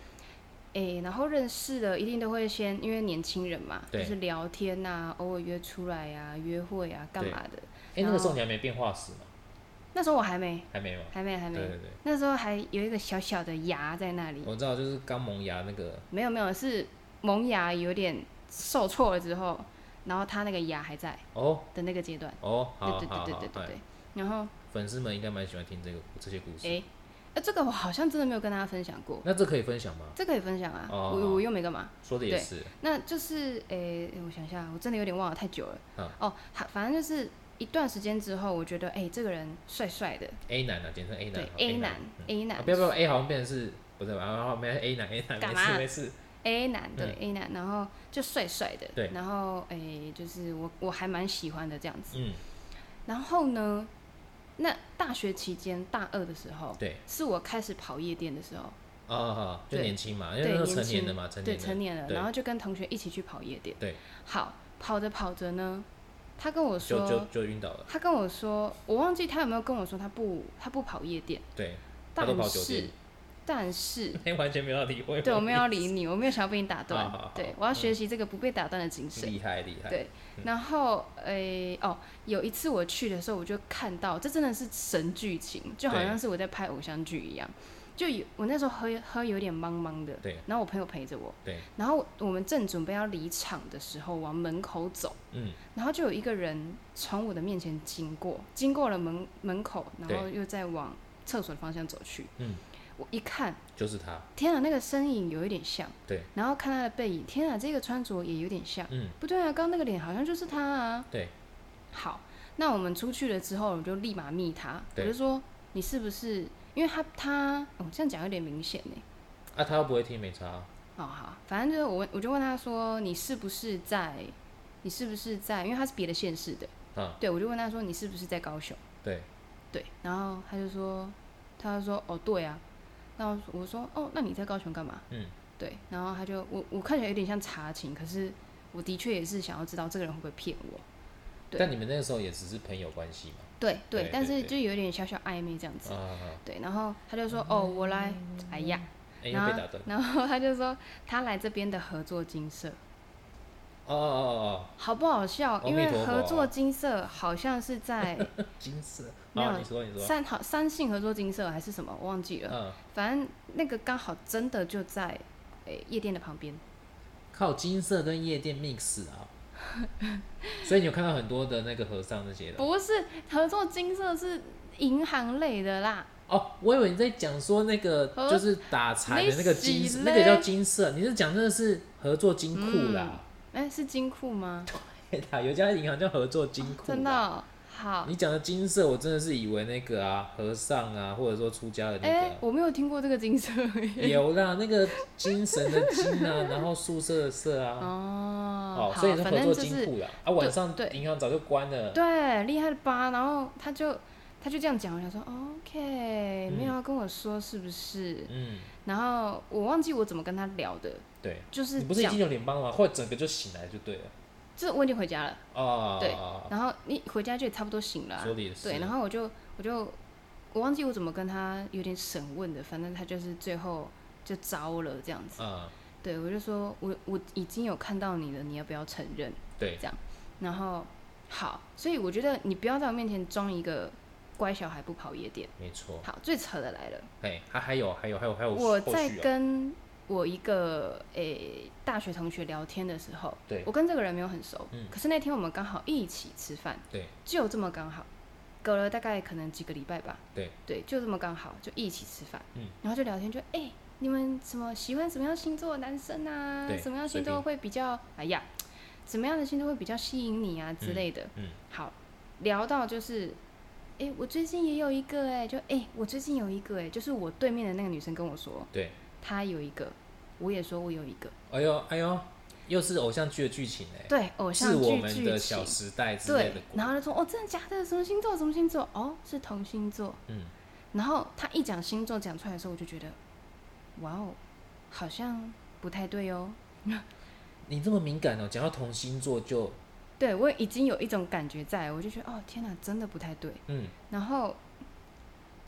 Speaker 2: 诶、然后认识了，一定都会先因为年轻人嘛，就
Speaker 1: 对
Speaker 2: 是聊天呐、偶尔约出来呀、约会啊，干嘛的。
Speaker 1: 哎，那个时候你还没变化石嘛？
Speaker 2: 那时候我还没，
Speaker 1: 还没吗？
Speaker 2: 还没，还
Speaker 1: 对
Speaker 2: 没。
Speaker 1: 对对，
Speaker 2: 那时候还有一个小小的芽在那里，
Speaker 1: 我知道，就是刚萌芽那个，
Speaker 2: 没有没有，是萌芽有点受挫了之后，然后它那个芽还在
Speaker 1: 哦
Speaker 2: 的那个阶段。
Speaker 1: 哦，
Speaker 2: 对
Speaker 1: 好
Speaker 2: 对
Speaker 1: 好
Speaker 2: 对
Speaker 1: 好
Speaker 2: 对对，对
Speaker 1: 哎
Speaker 2: 对。然后，
Speaker 1: 粉丝们应该蛮喜欢听这个这些故事。
Speaker 2: 诶，那这个我好像真的没有跟大家分享过，
Speaker 1: 那这可以分享吗？
Speaker 2: 这个也分享啊，
Speaker 1: 哦
Speaker 2: 我我又没干嘛。
Speaker 1: 说的也是，
Speaker 2: 那就是诶、我想一下，我真的有点忘了，太久了。
Speaker 1: 嗯
Speaker 2: 哦，好反正就是一段时间之后，我觉得诶、这个人帅帅的，
Speaker 1: A 男啊，简称 A 男
Speaker 2: 对
Speaker 1: 好
Speaker 2: A 男
Speaker 1: 嗯
Speaker 2: A
Speaker 1: 啊
Speaker 2: 男
Speaker 1: 不要不要，A 好像变成是不是吧？然后没 A 男 A 男，
Speaker 2: 干
Speaker 1: 没
Speaker 2: 嘛
Speaker 1: 事没事，
Speaker 2: A 男对 A 男，然后就帅帅的，
Speaker 1: 嗯对
Speaker 2: 然后诶、就是我我还蛮喜欢的这样子。
Speaker 1: 嗯，
Speaker 2: 然后呢，那大学期间大二的时候，
Speaker 1: 对
Speaker 2: 是我开始跑夜店的时候，
Speaker 1: 啊啊，就
Speaker 2: 对
Speaker 1: 年轻嘛，因为
Speaker 2: 对
Speaker 1: 那时候
Speaker 2: 年
Speaker 1: 成年
Speaker 2: 轻
Speaker 1: 了嘛，成
Speaker 2: 对
Speaker 1: 年
Speaker 2: 成
Speaker 1: 了，
Speaker 2: 年了，
Speaker 1: 对
Speaker 2: 然后就跟同学一起去跑夜店。
Speaker 1: 对，
Speaker 2: 好，跑着跑着呢，他跟我说
Speaker 1: 就就就晕倒了，
Speaker 2: 他跟我说，我忘记他有没有跟我说他不他不跑夜店，
Speaker 1: 对， [LAUGHS] 他
Speaker 2: 但
Speaker 1: 都跑酒
Speaker 2: 是
Speaker 1: 店，，
Speaker 2: 但是
Speaker 1: 完全没有理会，
Speaker 2: 对我没有要理你，我没有想要被你打断
Speaker 1: [LAUGHS] 好好好，嗯
Speaker 2: 对我要学习这个不被打断的精
Speaker 1: [LAUGHS]
Speaker 2: 神。
Speaker 1: 厉害厉害，
Speaker 2: 对，然后诶、哦，有一次我去的时候，我就看到这真的是神剧情，就好
Speaker 1: 对
Speaker 2: 像是我在拍偶像剧一样。就有我那时候喝喝有点茫茫的，
Speaker 1: 对，
Speaker 2: 然后我朋友陪着我，
Speaker 1: 对，
Speaker 2: 然后我们正准备要离场的时候，往门口走，
Speaker 1: 嗯，
Speaker 2: 然后就有一个人从我的面前经过，经过了门门口，然后又再往厕所的方向走去。
Speaker 1: 嗯，
Speaker 2: 我一看，
Speaker 1: 就是他，
Speaker 2: 天啊，那个身影有一点像。
Speaker 1: 对。
Speaker 2: 然后看他的背影，天啊，这个穿着也有点像。
Speaker 1: 嗯，
Speaker 2: 不对啊，刚刚那个脸好像就是他啊。
Speaker 1: 对，
Speaker 2: 好，那我们出去了之后，我就立马密他，我
Speaker 1: 对
Speaker 2: 就说你是不是？因为他他，我、这样讲有点明显呢。
Speaker 1: 啊，他又不会听，没差啊，
Speaker 2: 哦好，反正就是我问，我就问他说你是不是在，你是不是在？因为他是别的县市的。
Speaker 1: 啊，
Speaker 2: 对，我就问他说你是不是在高雄？
Speaker 1: 对，
Speaker 2: 对，然后他就说，他就说哦对啊，那我我说哦那你在高雄干嘛？
Speaker 1: 嗯，
Speaker 2: 对，然后他就我我看起来有点像查情，可是我的确也是想要知道这个人会不会骗我。对
Speaker 1: 但你们那个时候也只是朋友关系嘛，
Speaker 2: 对
Speaker 1: 对
Speaker 2: 对，但
Speaker 1: 对
Speaker 2: 是
Speaker 1: 对
Speaker 2: 就有点小小暧昧这样子。
Speaker 1: 啊啊，啊
Speaker 2: 对，然后他就说：“哦，我来，哎呀。
Speaker 1: 哎，又
Speaker 2: 然
Speaker 1: 被
Speaker 2: 后
Speaker 1: 打断，
Speaker 2: 然后他就说他来这边的合作金色
Speaker 1: 哦哦哦
Speaker 2: 好不好笑？
Speaker 1: 阿
Speaker 2: 因
Speaker 1: 弥
Speaker 2: 为
Speaker 1: 陀佛
Speaker 2: 合作金色好像是
Speaker 1: [LAUGHS]
Speaker 2: 在
Speaker 1: 哦，金色，
Speaker 2: 没有
Speaker 1: 啊，你说你说，
Speaker 2: 三好三性合作金色还是什么，我忘记了。
Speaker 1: 嗯，
Speaker 2: 反正那个刚好真的就在诶、夜店的旁边。
Speaker 1: 靠金色跟夜店 mix
Speaker 2: [LAUGHS]
Speaker 1: 啊，所以你有看到很多的那个和尚那些的
Speaker 2: 不是合作金色是银行类的啦，
Speaker 1: 哦，我以为你在讲说那个
Speaker 2: 和
Speaker 1: 就是打柴的那个金色，
Speaker 2: 你洗嘞
Speaker 1: 那个叫金色，你是讲真的是合作金库啦， [LAUGHS]
Speaker 2: 哎、是金库吗？
Speaker 1: 嘿啦有一家银行叫合作金库、
Speaker 2: 真的哦、好，
Speaker 1: 你讲的金色，我真的是以为那个啊，和尚啊，或者说出家的那
Speaker 2: 哎、
Speaker 1: 个啊、
Speaker 2: 我没有听过这个金色耶。
Speaker 1: 有啦，那个精神的精啊， [LAUGHS] 然后宿舍的舍啊，
Speaker 2: 哦，好，
Speaker 1: 所以是
Speaker 2: 反
Speaker 1: 合
Speaker 2: 正
Speaker 1: 作
Speaker 2: 就
Speaker 1: 金
Speaker 2: 是
Speaker 1: 库啦。啊，晚上
Speaker 2: 对
Speaker 1: 银行早就关了。
Speaker 2: 对，厉害了吧？然后他就他就这样讲，我想说 OK，没有要跟我说是不是？
Speaker 1: 嗯，
Speaker 2: 然后我忘记我怎么跟他聊的，
Speaker 1: 对，
Speaker 2: 就是
Speaker 1: 你不是已
Speaker 2: 讲
Speaker 1: 经，有联邦了吗？或者整个就醒来就对了。
Speaker 2: 就是我已经回家了，
Speaker 1: 哦，
Speaker 2: 对然后你回家就也差不多醒了啊、
Speaker 1: 说的也是。
Speaker 2: 对，然后我就我就我忘记我怎么跟他有点审问的，反正他就是最后就招了这样子。
Speaker 1: 嗯，
Speaker 2: 对我就说我我已经有看到你了，你要不要承认？
Speaker 1: 对，
Speaker 2: 然后好，所以我觉得你不要在我面前装一个乖小孩不跑夜店。
Speaker 1: 没错。
Speaker 2: 好，最扯的来了，
Speaker 1: 哎，还还有还有还有还有后
Speaker 2: 我在
Speaker 1: 续哦
Speaker 2: 跟我一个诶、大学同学聊天的时候，
Speaker 1: 对
Speaker 2: 我跟这个人没有很熟，
Speaker 1: 嗯
Speaker 2: 可是那天我们刚好一起吃饭，
Speaker 1: 对，
Speaker 2: 就这么刚好，隔了大概可能几个礼拜吧，
Speaker 1: 对，
Speaker 2: 对，就这么刚好就一起吃饭，
Speaker 1: 嗯，
Speaker 2: 然后就聊天就，哎，你们什么喜欢什么样星座的男生啊
Speaker 1: 对？
Speaker 2: 什么样
Speaker 1: 随
Speaker 2: 星
Speaker 1: 便
Speaker 2: 座会比较，哎呀，怎么样的星座会比较吸引你啊之类的，
Speaker 1: 嗯，
Speaker 2: 好，聊到就是，哎、我最近也有一个、哎，就哎、我最近有一个、哎，就是我对面的那个女生跟我说，
Speaker 1: 对。
Speaker 2: 她有一个，我也说我有一个，
Speaker 1: 哎呦哎呦，又是偶像剧的剧情哎，
Speaker 2: 对，偶像
Speaker 1: 是我
Speaker 2: 剧
Speaker 1: 们
Speaker 2: 剧
Speaker 1: 的《小
Speaker 2: 情，
Speaker 1: 时代》之类
Speaker 2: 对
Speaker 1: 的，国。
Speaker 2: 然后就说，哦，真的假的？什么星座？什么星座？哦，是同星座。
Speaker 1: 嗯，
Speaker 2: 然后她一讲星座讲出来的时候，我就觉得，哇哦，好像不太对哦。
Speaker 1: 你这么敏感哦，讲到同星座就
Speaker 2: 对我已经有一种感觉在，我就觉得，哦，天哪，真的不太对。
Speaker 1: 嗯，
Speaker 2: 然后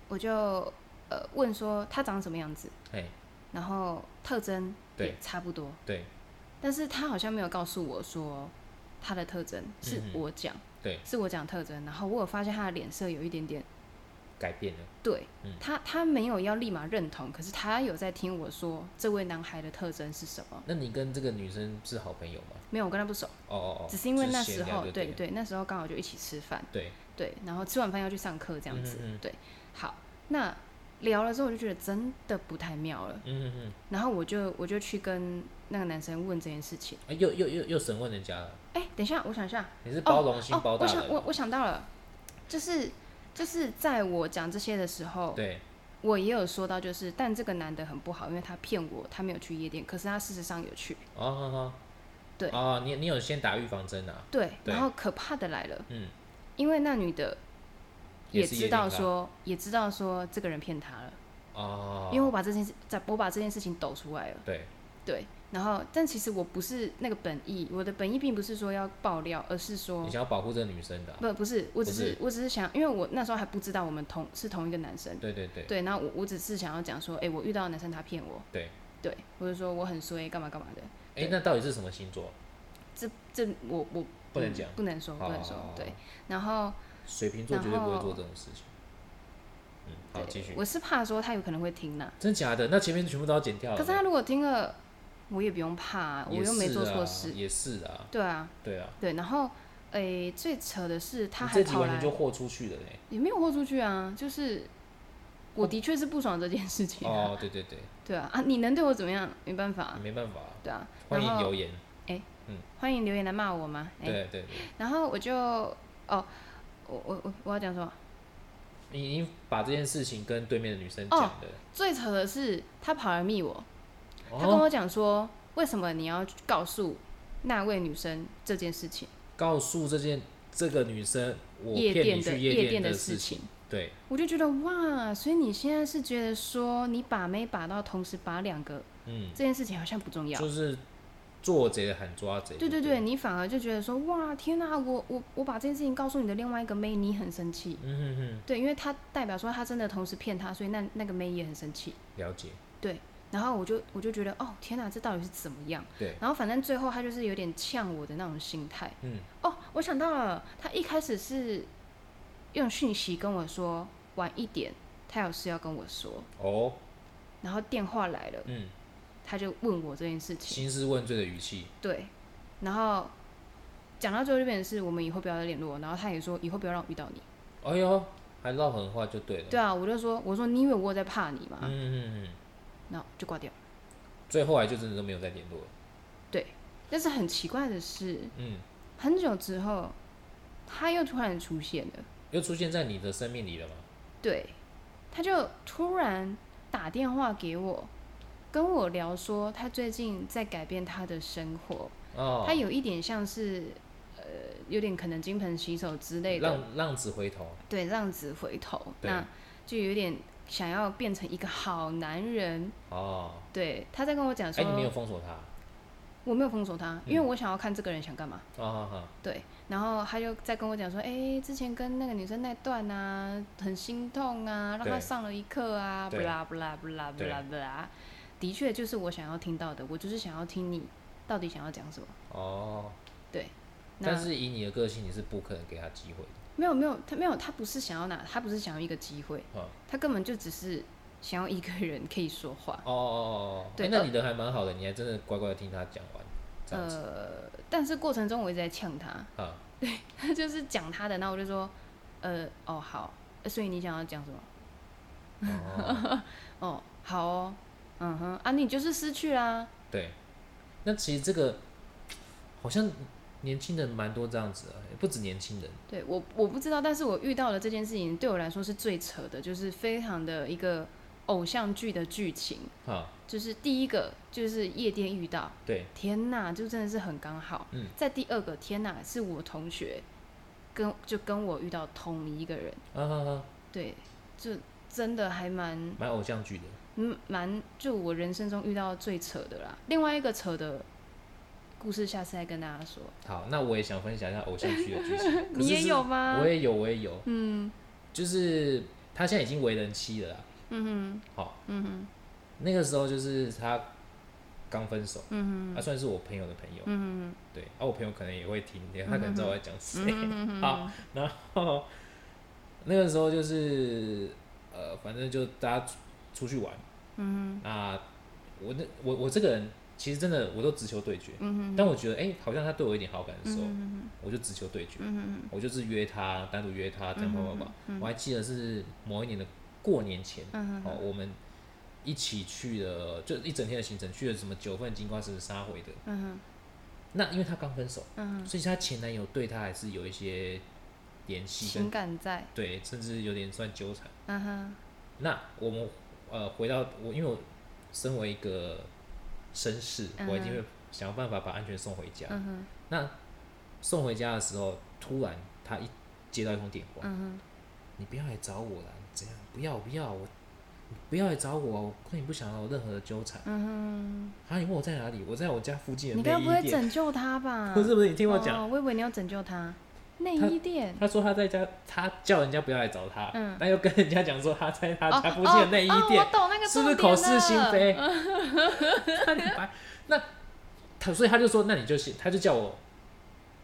Speaker 2: 我就呃问说他长什么样子，
Speaker 1: 哎，
Speaker 2: 然后特征
Speaker 1: 对
Speaker 2: 也差不多，
Speaker 1: 对
Speaker 2: 但是他好像没有告诉我说他的特征是
Speaker 1: 嗯哼
Speaker 2: 我讲，
Speaker 1: 对，
Speaker 2: 是我讲特征，然后我有发现他的脸色有一点点
Speaker 1: 改变了，
Speaker 2: 对
Speaker 1: 嗯
Speaker 2: 他他没有要立马认同，可是他有在听我说这位男孩的特征是什么，
Speaker 1: 那你跟这个女生是好朋友吗？
Speaker 2: 没有我跟他不熟，
Speaker 1: 哦哦哦，
Speaker 2: 只是因为那
Speaker 1: 闲
Speaker 2: 时
Speaker 1: 聊
Speaker 2: 候
Speaker 1: 就
Speaker 2: 对
Speaker 1: 对了
Speaker 2: 对那时候刚好就一起吃饭，
Speaker 1: 对，
Speaker 2: 对，然后吃完饭要去上课这样子，
Speaker 1: 嗯嗯嗯
Speaker 2: 对，好，那聊了之后我就觉得真的不太妙了，
Speaker 1: 嗯嗯嗯
Speaker 2: 然后我就我就去跟那个男生问这件事情。
Speaker 1: 哎，又又又又审问人家了，
Speaker 2: 哎、等一下，我想一下，
Speaker 1: 你是
Speaker 2: 哦
Speaker 1: 包容心
Speaker 2: 哦
Speaker 1: 包
Speaker 2: 我
Speaker 1: 大
Speaker 2: 想
Speaker 1: 人，
Speaker 2: 我我想到了，就是就是在我讲这些的时候，
Speaker 1: 对，
Speaker 2: 我也有说到，就是但这个男的很不好，因为他骗我，他没有去夜店，可是他事实上有去。
Speaker 1: 哦哦哦，
Speaker 2: 对
Speaker 1: 哦，你你有先打预防针啊？
Speaker 2: 对，
Speaker 1: 对
Speaker 2: 然后可怕的来了，
Speaker 1: 嗯，
Speaker 2: 因为那女的
Speaker 1: 也是
Speaker 2: 知
Speaker 1: 夜店咖
Speaker 2: 道说，也知道说这个人骗她了，
Speaker 1: 哦，
Speaker 2: 因为我把这件事，在我把这件事情抖出来了。
Speaker 1: 对，
Speaker 2: 对，然后但其实我不是那个本意，我的本意并不是说要爆料，而是说
Speaker 1: 你想要保护这个女生的啊，
Speaker 2: 不，不是，我只
Speaker 1: 不
Speaker 2: 是我只是想，因为我那时候还不知道我们同是同一个男生，
Speaker 1: 对对对
Speaker 2: 对，然后我我只是想要讲说，哎、我遇到的男生他骗我，
Speaker 1: 对，
Speaker 2: 对，或者说我很衰，干嘛干嘛的，
Speaker 1: 哎，那到底是什么星座？
Speaker 2: 这这我我
Speaker 1: 不能讲
Speaker 2: 不能说，不能说，
Speaker 1: 哦
Speaker 2: 对，然后
Speaker 1: 水瓶座绝对
Speaker 2: 然
Speaker 1: 不会
Speaker 2: 后
Speaker 1: 做这种事情。嗯，好，
Speaker 2: 对
Speaker 1: 继续。
Speaker 2: 我是怕说他有可能会听啦，
Speaker 1: 真假的？那前面全部都要剪掉了。
Speaker 2: 可是他如果听了，我也不用怕啊、我
Speaker 1: 也
Speaker 2: 又没
Speaker 1: 是
Speaker 2: 做错
Speaker 1: 啊
Speaker 2: 事，
Speaker 1: 也是啊，
Speaker 2: 对啊，
Speaker 1: 对啊。
Speaker 2: 对，然后。诶，最扯的是，他
Speaker 1: 你
Speaker 2: 还
Speaker 1: 这集
Speaker 2: 跑
Speaker 1: 完
Speaker 2: 来
Speaker 1: 全，就豁出去了嘞。
Speaker 2: 也没有豁出去啊，就是我的确是不爽这件事情、啊，
Speaker 1: 哦，对对对，
Speaker 2: 对啊，啊，你能对我怎么样？没办法啊、
Speaker 1: 没办法，
Speaker 2: 对啊，
Speaker 1: 欢
Speaker 2: 然
Speaker 1: 迎
Speaker 2: 后
Speaker 1: 留言。
Speaker 2: 欢迎留言来骂我吗？哎、
Speaker 1: 对对对，
Speaker 2: 然后我就哦，我我我我要讲什么？
Speaker 1: 你已经把这件事情跟对面的女
Speaker 2: 哦
Speaker 1: 生讲的。
Speaker 2: 最扯的是他跑来密我，他跟
Speaker 1: 哦，
Speaker 2: 我讲说，为什么你要告诉那位女生这件事情？
Speaker 1: 告诉这件这个女生，我
Speaker 2: 夜
Speaker 1: 骗
Speaker 2: 店
Speaker 1: 你
Speaker 2: 的
Speaker 1: 去
Speaker 2: 夜
Speaker 1: 店
Speaker 2: 的
Speaker 1: 事
Speaker 2: 情。，
Speaker 1: 对，
Speaker 2: 我就觉得哇，所以你现在是觉得说你把妹把到同时把两个
Speaker 1: 嗯，
Speaker 2: 这件事情好像不重要，
Speaker 1: 就是做贼的喊抓贼。
Speaker 2: 对
Speaker 1: 对
Speaker 2: 对对，，你反而就觉得说，哇，天哪、我我我把这件事情告诉你的另外一个妹，你很生气。
Speaker 1: 嗯哼哼，
Speaker 2: 对，因为他代表说他真的同时骗他，所以那那个妹也很生气。
Speaker 1: 了解，
Speaker 2: 然后我就我就觉得，哦，天哪、这到底是怎么样？
Speaker 1: 对，
Speaker 2: 然后反正最后他就是有点呛我的那种心态。
Speaker 1: 嗯，
Speaker 2: 哦，我想到了，他一开始是用讯息跟我说晚一点，他有事要跟我说，
Speaker 1: 哦，
Speaker 2: 然后电话来了，
Speaker 1: 嗯，
Speaker 2: 他就问我这件事情。
Speaker 1: 兴师问罪的语气，
Speaker 2: 对，然后讲到最后这边是我们以后不要再联络，然后他也说以后不要让我遇到你。
Speaker 1: 哎呦，还唠狠话就对了。
Speaker 2: 对啊，啊我就说我说你以为我有在怕你吗？
Speaker 1: 嗯嗯嗯，
Speaker 2: 然后就挂掉。
Speaker 1: 最后来就真的都没有再联络了。
Speaker 2: 但是很奇怪的是，
Speaker 1: 嗯，
Speaker 2: 很久之后他又突然出现了，
Speaker 1: 又出现在你的生命里了吗？
Speaker 2: 对，他就突然打电话给我。跟我聊说，他最近在改变他的生活，
Speaker 1: 哦，
Speaker 2: 他有一点像是，呃，有点可能金盆洗手之类的，
Speaker 1: 浪浪子回头，
Speaker 2: 对，浪子回头，
Speaker 1: 对
Speaker 2: 那就有点想要变成一个好男人。
Speaker 1: 哦，
Speaker 2: 对，他在跟我讲
Speaker 1: 哎、
Speaker 2: 说，
Speaker 1: 你没有封锁他，
Speaker 2: 我没有封锁他，
Speaker 1: 嗯
Speaker 2: 因为我想要看这个人想干嘛。
Speaker 1: 哦，好
Speaker 2: 对，然后他就在跟我讲说，哎、之前跟那个女生那段啊，很心痛啊，让他
Speaker 1: 对
Speaker 2: 上了一课啊，不
Speaker 1: 对
Speaker 2: 啦不啦不啦不啦不啦，的确就是我想要听到的，我就是想要听你到底想要讲什么。
Speaker 1: 好哦，
Speaker 2: 对，那
Speaker 1: 但是以你的个性，你是不可能给他机会的。
Speaker 2: 没有没有，他没有，他不是想要拿，他不是想要一个机会，
Speaker 1: 嗯
Speaker 2: 他根本就只是想要一个人可以说话。
Speaker 1: 哦哦哦哦，
Speaker 2: 对呃
Speaker 1: 哎那你人还蛮好的，你还真的乖乖地听他讲完，这样子
Speaker 2: 呃，但是过程中我一直在呛他，
Speaker 1: 啊、
Speaker 2: 他就是讲他的，那我就说，呃，哦好，呃所以你想要讲什么？
Speaker 1: 哦，
Speaker 2: [LAUGHS] 哦，好哦，嗯哼，啊你就是失去啦，
Speaker 1: 对，那其实这个好像年轻人蛮多这样子啊，也不止年轻人，
Speaker 2: 对我我不知道，但是我遇到了这件事情，对我来说是最扯的，就是非常的一个偶像剧的剧情，
Speaker 1: 啊，
Speaker 2: 就是第一个就是夜店遇到，
Speaker 1: 对，
Speaker 2: 天呐，就真的是很刚好，
Speaker 1: 嗯，
Speaker 2: 在第二个天呐，是我同学跟就跟我遇到同一个人，
Speaker 1: 啊啊啊，
Speaker 2: 对，就真的还蛮。
Speaker 1: 蛮偶像剧的，
Speaker 2: 嗯，蛮就我人生中遇到最扯的啦。另外一个扯的故事，下次再跟大家说。。
Speaker 1: 好，那我也想分享一下偶像剧的剧情 [LAUGHS]
Speaker 2: 你
Speaker 1: 可是
Speaker 2: 也
Speaker 1: 是
Speaker 2: 有吗
Speaker 1: 我？也有，我也有。嗯，就是他现在已经为人妻了啦。嗯哼。好。嗯哼。那个时候就是他刚分手。嗯哼。他、算是我朋友的朋友。嗯哼。嗯对，啊，我朋友可能也会听，他可能知道我在讲谁。[LAUGHS]
Speaker 2: 嗯
Speaker 1: 好，然 [LAUGHS] 后那个时候就是呃，反正就大家出出去玩。嗯哼。那我那我我这个人。其实真的，我都直球对决。嗯、但我觉得，哎、好像他对我有一点好感的时候，我就直球对决。我就是约他，单独约他，这样叭叭叭。我还记得是某一年的过年前，哦，我们一起去了，就一整天的行程，去了什么九份、金瓜石、沙回的。那因为她刚分手，所以她前男友对她还是有一些联系，
Speaker 2: 情
Speaker 1: 跟
Speaker 2: 感在，
Speaker 1: 对，甚至有点算纠缠。
Speaker 2: 嗯哼，
Speaker 1: 那我们呃回到我，因为我身为一个绅士，
Speaker 2: 嗯哼嗯
Speaker 1: 我一定会想办法把安全送回家。那送回家的时候，突然他一接到一通电话，
Speaker 2: 嗯
Speaker 1: 你不要来找我了，你怎样？不要不要我，你不要来找我啊，我跟你不想有任何的纠缠。啊，你问我在哪里？我在我家附近
Speaker 2: 嗯你
Speaker 1: 的
Speaker 2: 该
Speaker 1: 内
Speaker 2: 不会
Speaker 1: 衣店。
Speaker 2: 拯救他吧？
Speaker 1: [LAUGHS] 不是不是，你听我讲。
Speaker 2: 哦，我以为你要拯救他。内衣店，
Speaker 1: 他说他在家，他叫人家不要来找他，
Speaker 2: 嗯
Speaker 1: 但又跟人家讲说他在他
Speaker 2: 哦
Speaker 1: 家附近的内衣
Speaker 2: 哦哦
Speaker 1: 店。
Speaker 2: 我懂那个
Speaker 1: 是
Speaker 2: 重
Speaker 1: 不是
Speaker 2: 点
Speaker 1: 口是心
Speaker 2: 了
Speaker 1: 非？ [LAUGHS] 那你白，那他所以他就说，那你就先，他就叫我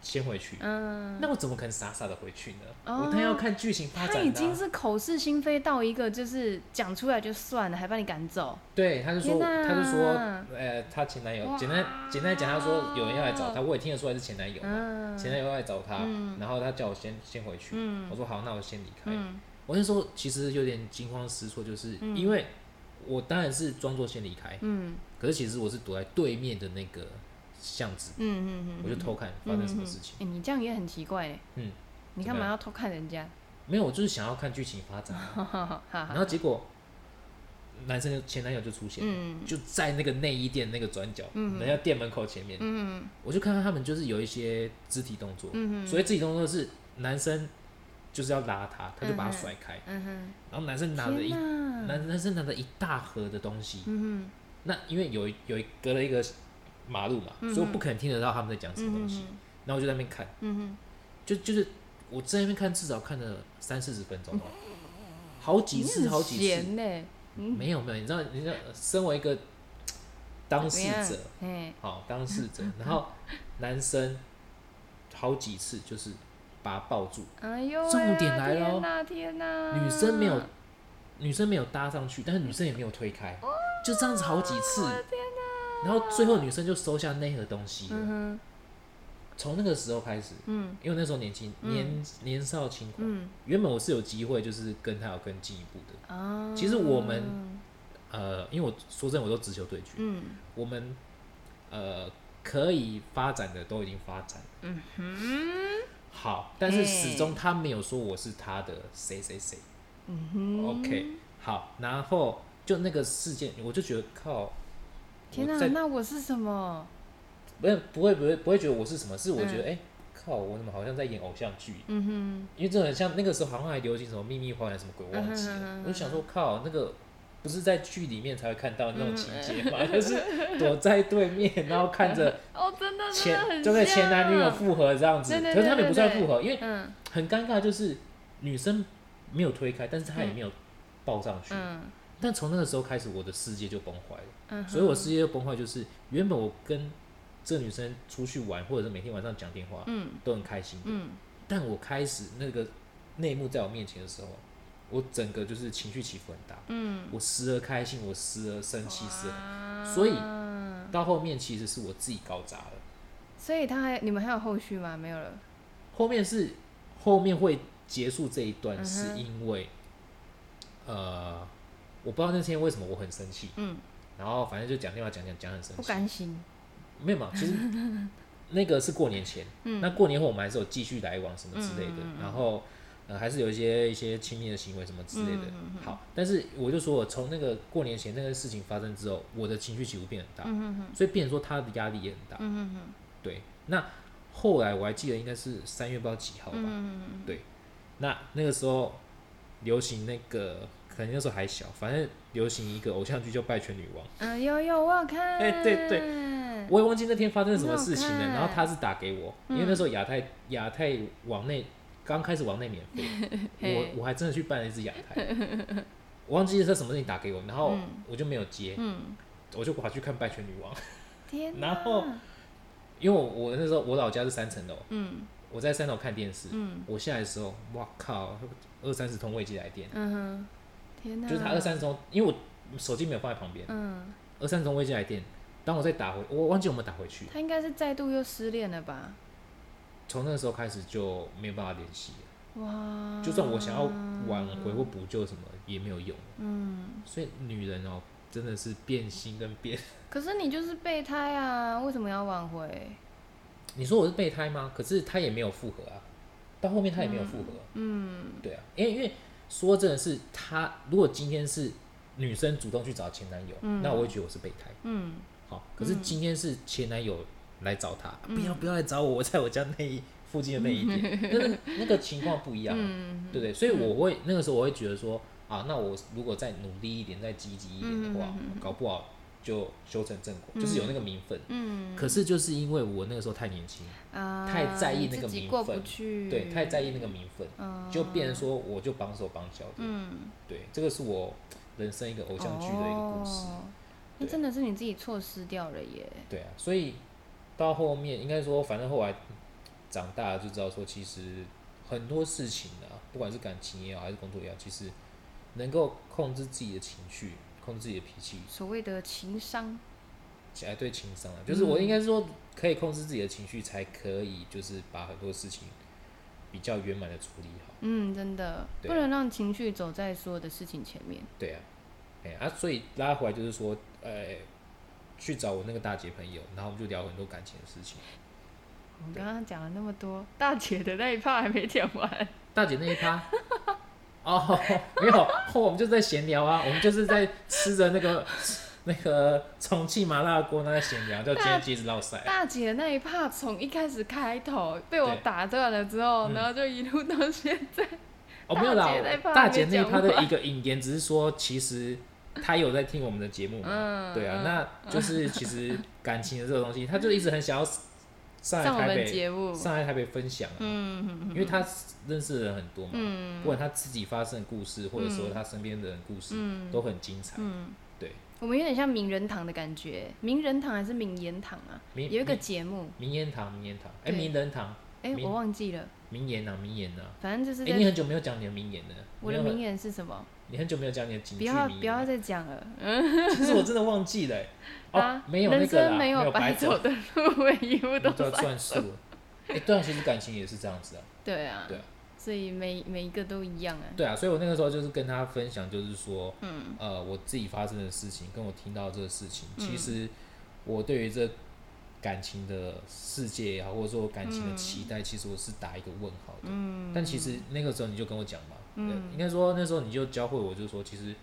Speaker 1: 先回去。
Speaker 2: 嗯，
Speaker 1: 那我怎么可能傻傻的回去呢？我
Speaker 2: 哦
Speaker 1: 当然要看剧情发
Speaker 2: 他
Speaker 1: 展、啊。
Speaker 2: 已经是口是心非到一个就是讲出来就算了，还把你赶走。
Speaker 1: 对，他就说，
Speaker 2: 天哪
Speaker 1: 他就说，呃，他前男友
Speaker 2: 哇
Speaker 1: 简单简单讲，他说有人要来找他，我也听得出来是前男友嘛，
Speaker 2: 嗯
Speaker 1: 前男友要来找他，然后他叫我先先回去，我说好，那我先离
Speaker 2: 嗯
Speaker 1: 开。我那时候其实有点惊慌失措，就是、因为我当然是装作先离开，
Speaker 2: 嗯
Speaker 1: 可是其实我是躲在对面的那个巷子，
Speaker 2: 嗯嗯嗯。
Speaker 1: 我就偷看发生什么事情。
Speaker 2: 哎、你这样也很奇怪嘞。
Speaker 1: 嗯。
Speaker 2: 你
Speaker 1: 怎
Speaker 2: 干
Speaker 1: 么
Speaker 2: 嘛
Speaker 1: 样
Speaker 2: 要偷看人家？
Speaker 1: 没有，我就是想要看剧情发展，
Speaker 2: 哈哈哈
Speaker 1: 然
Speaker 2: 哈。
Speaker 1: 后结果男生就前男友就出
Speaker 2: [LAUGHS]
Speaker 1: 现了，
Speaker 2: 嗯
Speaker 1: 就在那个内衣店那个转角，人家店门口前面，
Speaker 2: 嗯
Speaker 1: 我就看到他们就是有一些肢体动作，所以肢体动作是男生就是要拉他，他就把他甩开，
Speaker 2: 嗯哼。
Speaker 1: 然后男生拿着一
Speaker 2: 天哪。嗯
Speaker 1: 男男生拿着一大盒的东西，那因为有一有一隔了一个马路
Speaker 2: 嗯
Speaker 1: 嘛，所以我不可能听得到他们在讲什么东西。然后我就在那边看，
Speaker 2: 嗯
Speaker 1: 就就是我在那边看，至少看了三四十分钟吧，
Speaker 2: 嗯
Speaker 1: 好几次，好几次。
Speaker 2: 呢、欸，
Speaker 1: 没有没有，你知道，你知道，身为一个当
Speaker 2: 怎
Speaker 1: 事
Speaker 2: 么样
Speaker 1: 者，？
Speaker 2: 哎，
Speaker 1: 好、当事
Speaker 2: [LAUGHS]
Speaker 1: 者，然后男生好几次就是把他抱住，
Speaker 2: 哎呦喂啊，
Speaker 1: 重点来了哦
Speaker 2: 天哪、天哪、
Speaker 1: 女生没有，
Speaker 2: 啊
Speaker 1: 女生没有搭上去，但是女生也没有推开，
Speaker 2: 哦
Speaker 1: 就这样子好几次，然后最后女生就收下那盒东西了。
Speaker 2: 嗯
Speaker 1: 从那个时候开始，
Speaker 2: 嗯，
Speaker 1: 因为那时候年轻年年少轻狂，
Speaker 2: 嗯
Speaker 1: 原本我是有机会就是跟他有更进一步的，
Speaker 2: 哼，啊，
Speaker 1: 其实我们呃，因为我说真的我都直球对决，
Speaker 2: 嗯
Speaker 1: 我们呃可以发展的都已经发展了，
Speaker 2: 嗯哼，
Speaker 1: 好，但是
Speaker 2: 哎
Speaker 1: 始终他没有说我是他的谁谁谁。
Speaker 2: 嗯哼
Speaker 1: OK，好，然后就那个事件，我就觉得靠，
Speaker 2: 天
Speaker 1: 我
Speaker 2: 哪、
Speaker 1: 在
Speaker 2: 那我是什么？
Speaker 1: 不是不会不会不会觉得我是什么，是我觉得
Speaker 2: 嗯
Speaker 1: 哎、靠，我怎么好像在演偶像剧？
Speaker 2: 嗯
Speaker 1: 因为这很像那个时候好像还流行什么秘密花园什么鬼，我忘记了。
Speaker 2: 嗯哼嗯哼
Speaker 1: 我就想说靠，那个不是在剧里面才会看到那种情节
Speaker 2: [LAUGHS]
Speaker 1: 嘛，就是躲在对面，然后看着
Speaker 2: 哼，哦，真的， [LAUGHS] 真的
Speaker 1: 前
Speaker 2: 很
Speaker 1: 就跟前男女友
Speaker 2: 像
Speaker 1: 复合这样子，
Speaker 2: 对对
Speaker 1: 可是他们也不算
Speaker 2: 对对
Speaker 1: 复合，因为
Speaker 2: 嗯
Speaker 1: 很尴尬，就是女生没有推开，但是她也没有抱上去。
Speaker 2: 嗯
Speaker 1: 但从那个时候开始，我的世界就崩坏了。
Speaker 2: 嗯哼，
Speaker 1: 所以我世界就崩坏，就是原本我跟这女生出去玩，或者是每天晚上讲电话，
Speaker 2: 嗯
Speaker 1: 都很开心。
Speaker 2: 嗯
Speaker 1: 但我开始那个内幕在我面前的时候，我整个就是情绪起伏很大，
Speaker 2: 嗯，
Speaker 1: 我时而开心，我时而生气，时而
Speaker 2: 哇
Speaker 1: 所以到后面其实是我自己搞砸了。
Speaker 2: 所以他还你们还有后续吗？没有了。
Speaker 1: 后面是后面会结束这一段，
Speaker 2: 嗯哼
Speaker 1: 是因为、呃，我不知道那天为什么我很生气，
Speaker 2: 嗯，
Speaker 1: 然后反正就讲电话讲讲讲很生
Speaker 2: 不
Speaker 1: 气，
Speaker 2: 甘心。
Speaker 1: 没有嘛，其实那个是过年前，
Speaker 2: [LAUGHS] 嗯
Speaker 1: 那过年后我们还是有继续来往什么之类的，
Speaker 2: 嗯嗯嗯嗯
Speaker 1: 然后呃还是有一些一些亲密的行为什么之类的。
Speaker 2: 嗯嗯嗯
Speaker 1: 好，但是我就说我从那个过年前那个事情发生之后，我的情绪起伏变很大，
Speaker 2: 嗯哼哼，
Speaker 1: 所以变成说他的压力也很大。
Speaker 2: 嗯哼哼，
Speaker 1: 对，那后来我还记得应该是三月不知道几号吧，
Speaker 2: 嗯哼
Speaker 1: 那那个时候流行那个。可能那时候还小，反正流行一个偶像剧叫《拜权女王》，
Speaker 2: 哼，嗯，有有，我有看。
Speaker 1: 哎对对
Speaker 2: 对，
Speaker 1: 我也忘记那天发生什么事情了。
Speaker 2: 很好看，
Speaker 1: 然后他是打给我，因为那时候亚太亚太往内刚开始往内免费
Speaker 2: [LAUGHS]
Speaker 1: 我
Speaker 2: 嘿
Speaker 1: 我还真的去办了一支亚太，我忘记是什么事情打给我，然后
Speaker 2: 嗯
Speaker 1: 我就没有接，
Speaker 2: 嗯，
Speaker 1: 我就跑去看《拜权女王》，
Speaker 2: 天哪。
Speaker 1: 然后因为我我那时候我老家是三层楼，
Speaker 2: 嗯
Speaker 1: 我在三楼看电视，
Speaker 2: 嗯
Speaker 1: 我下来的时候，哇靠，二三十通未接来电，
Speaker 2: 嗯哼，天哪。
Speaker 1: 就是他二。三十通，因为我手机没有放在旁边，
Speaker 2: 嗯，
Speaker 1: 二三十通未接来电，当我再打回，我忘记我们打回去，
Speaker 2: 他应该是再度又失恋了吧？
Speaker 1: 从那个时候开始就没有办法联系了。
Speaker 2: 哇。
Speaker 1: 就算我想要挽回或补救什么也没有用，
Speaker 2: 嗯，
Speaker 1: 所以女人哦、真的是变心跟变。 [LAUGHS]
Speaker 2: 可是你就是备胎啊，为什么要挽回？
Speaker 1: 你说我是备胎吗？可是她也没有复合啊，到后面她也没有复合、嗯，对啊，因为因为说真的是她，如果今天是女生主动去找前男友，那我会觉得我是备胎。
Speaker 2: 嗯嗯
Speaker 1: 好，可是今天是前男友来找她，不要不要来找我，我在我家那一附近的那一
Speaker 2: [LAUGHS]
Speaker 1: 点，那个那个情况不一样啊。
Speaker 2: 嗯
Speaker 1: 对不对？所以我会、那个时候我会觉得说啊，那我如果再努力一点，再积极一点的
Speaker 2: 嗯
Speaker 1: 话，搞不好就修成正果，就是有那个名分。
Speaker 2: 嗯
Speaker 1: 可是就是因为我那个时候太年轻，
Speaker 2: 啊，
Speaker 1: 太在意那
Speaker 2: 你
Speaker 1: 个
Speaker 2: 自己
Speaker 1: 名
Speaker 2: 过
Speaker 1: 分
Speaker 2: 不去，
Speaker 1: 对，太在意那个名分，
Speaker 2: 嗯
Speaker 1: 就变成说我就帮手帮脚的。
Speaker 2: 嗯
Speaker 1: 对，这个是我人生一个偶像剧的一个故事。
Speaker 2: 哦那
Speaker 1: 对
Speaker 2: 真的是你自己错失掉了耶。
Speaker 1: 对啊，所以到后面应该说，反正后来长大了就知道说，其实很多事情啊，不管是感情也好，还是工作也好，其实能够控制自己的情绪，控制自己的脾气，
Speaker 2: 所谓的情商，
Speaker 1: 起来对情商啊，就是我应该说可以控制自己的情绪，才可以就是把很多事情比较圆满的处理好。
Speaker 2: 嗯，真的
Speaker 1: 对
Speaker 2: 不能让情绪走在所有的事情前面。
Speaker 1: 对啊，哎啊，所以拉回来就是说，呃，去找我那个大姐朋友，然后我们就聊很多感情的事情。
Speaker 2: 我们刚刚讲了那么多，大姐的那一 part 还没讲完。
Speaker 1: 大姐那一趴。哦，没有，后我们就在闲聊啊，我们就是在吃着那个那个重庆麻辣锅，那在闲聊，叫今天接着绕塞。
Speaker 2: 大姐的那一 part 从一开始开头被我
Speaker 1: 对
Speaker 2: 打断了之后，
Speaker 1: 嗯
Speaker 2: 然后就一路到现在。
Speaker 1: 哦，没有啦
Speaker 2: 大姐那一，趴
Speaker 1: 大姐那一趴
Speaker 2: 还没讲
Speaker 1: 的
Speaker 2: 完
Speaker 1: 一个引言，只是说其实她有在听我们的节目嘛，
Speaker 2: 嗯
Speaker 1: 对啊，那就是其实感情的这个东西，他就一直很想要上来
Speaker 2: 上我
Speaker 1: 台
Speaker 2: 们
Speaker 1: 北，
Speaker 2: 节目，
Speaker 1: 上来台北分享啊，
Speaker 2: 嗯
Speaker 1: 因为他认识的人很多嘛，
Speaker 2: 嗯
Speaker 1: 不管他自己发生的故事，或者说他身边的人故事，
Speaker 2: 嗯
Speaker 1: 都很精彩。
Speaker 2: 嗯，
Speaker 1: 对，
Speaker 2: 我们有点像名人堂的感觉，名人堂还是名言堂啊？
Speaker 1: 名
Speaker 2: 有一个
Speaker 1: 名
Speaker 2: 节目，
Speaker 1: 名言堂，名言堂，哎，
Speaker 2: 对
Speaker 1: 名人堂，
Speaker 2: 哎，
Speaker 1: 名
Speaker 2: 我忘记了，
Speaker 1: 名言啊，名言啊，
Speaker 2: 反正就是
Speaker 1: 哎，
Speaker 2: 在
Speaker 1: 你很久没有讲你的名言了，
Speaker 2: 我
Speaker 1: 你
Speaker 2: 的
Speaker 1: 有
Speaker 2: 名言是什么？
Speaker 1: 你很久没有讲你的警
Speaker 2: 不
Speaker 1: 句
Speaker 2: 要
Speaker 1: 名
Speaker 2: 不要
Speaker 1: [LAUGHS] 言，
Speaker 2: 再讲了，
Speaker 1: 其实我真的忘记了，哎哦
Speaker 2: 啊，，
Speaker 1: 没有那
Speaker 2: 人
Speaker 1: 个啦，
Speaker 2: 生没
Speaker 1: 有
Speaker 2: 白
Speaker 1: 走，
Speaker 2: 的路，每一步
Speaker 1: 我
Speaker 2: 都
Speaker 1: 们都要算
Speaker 2: 算。
Speaker 1: 数。哎，对啊，其实感情也是这样子啊，
Speaker 2: 对啊，
Speaker 1: 对啊
Speaker 2: 所以每每一个都一样啊。
Speaker 1: 对啊，所以我那个时候就是跟他分享，就是说，嗯，呃，我自己发生的事情，跟我听到这个事情，
Speaker 2: 嗯
Speaker 1: 其实我对于这感情的世界也好，或者说感
Speaker 2: 嗯
Speaker 1: 情的期待，其实我是打一个问号的。嗯，但其实那个时候你就跟我讲嘛，嗯，应该说那时候你就教会我，就是说，其实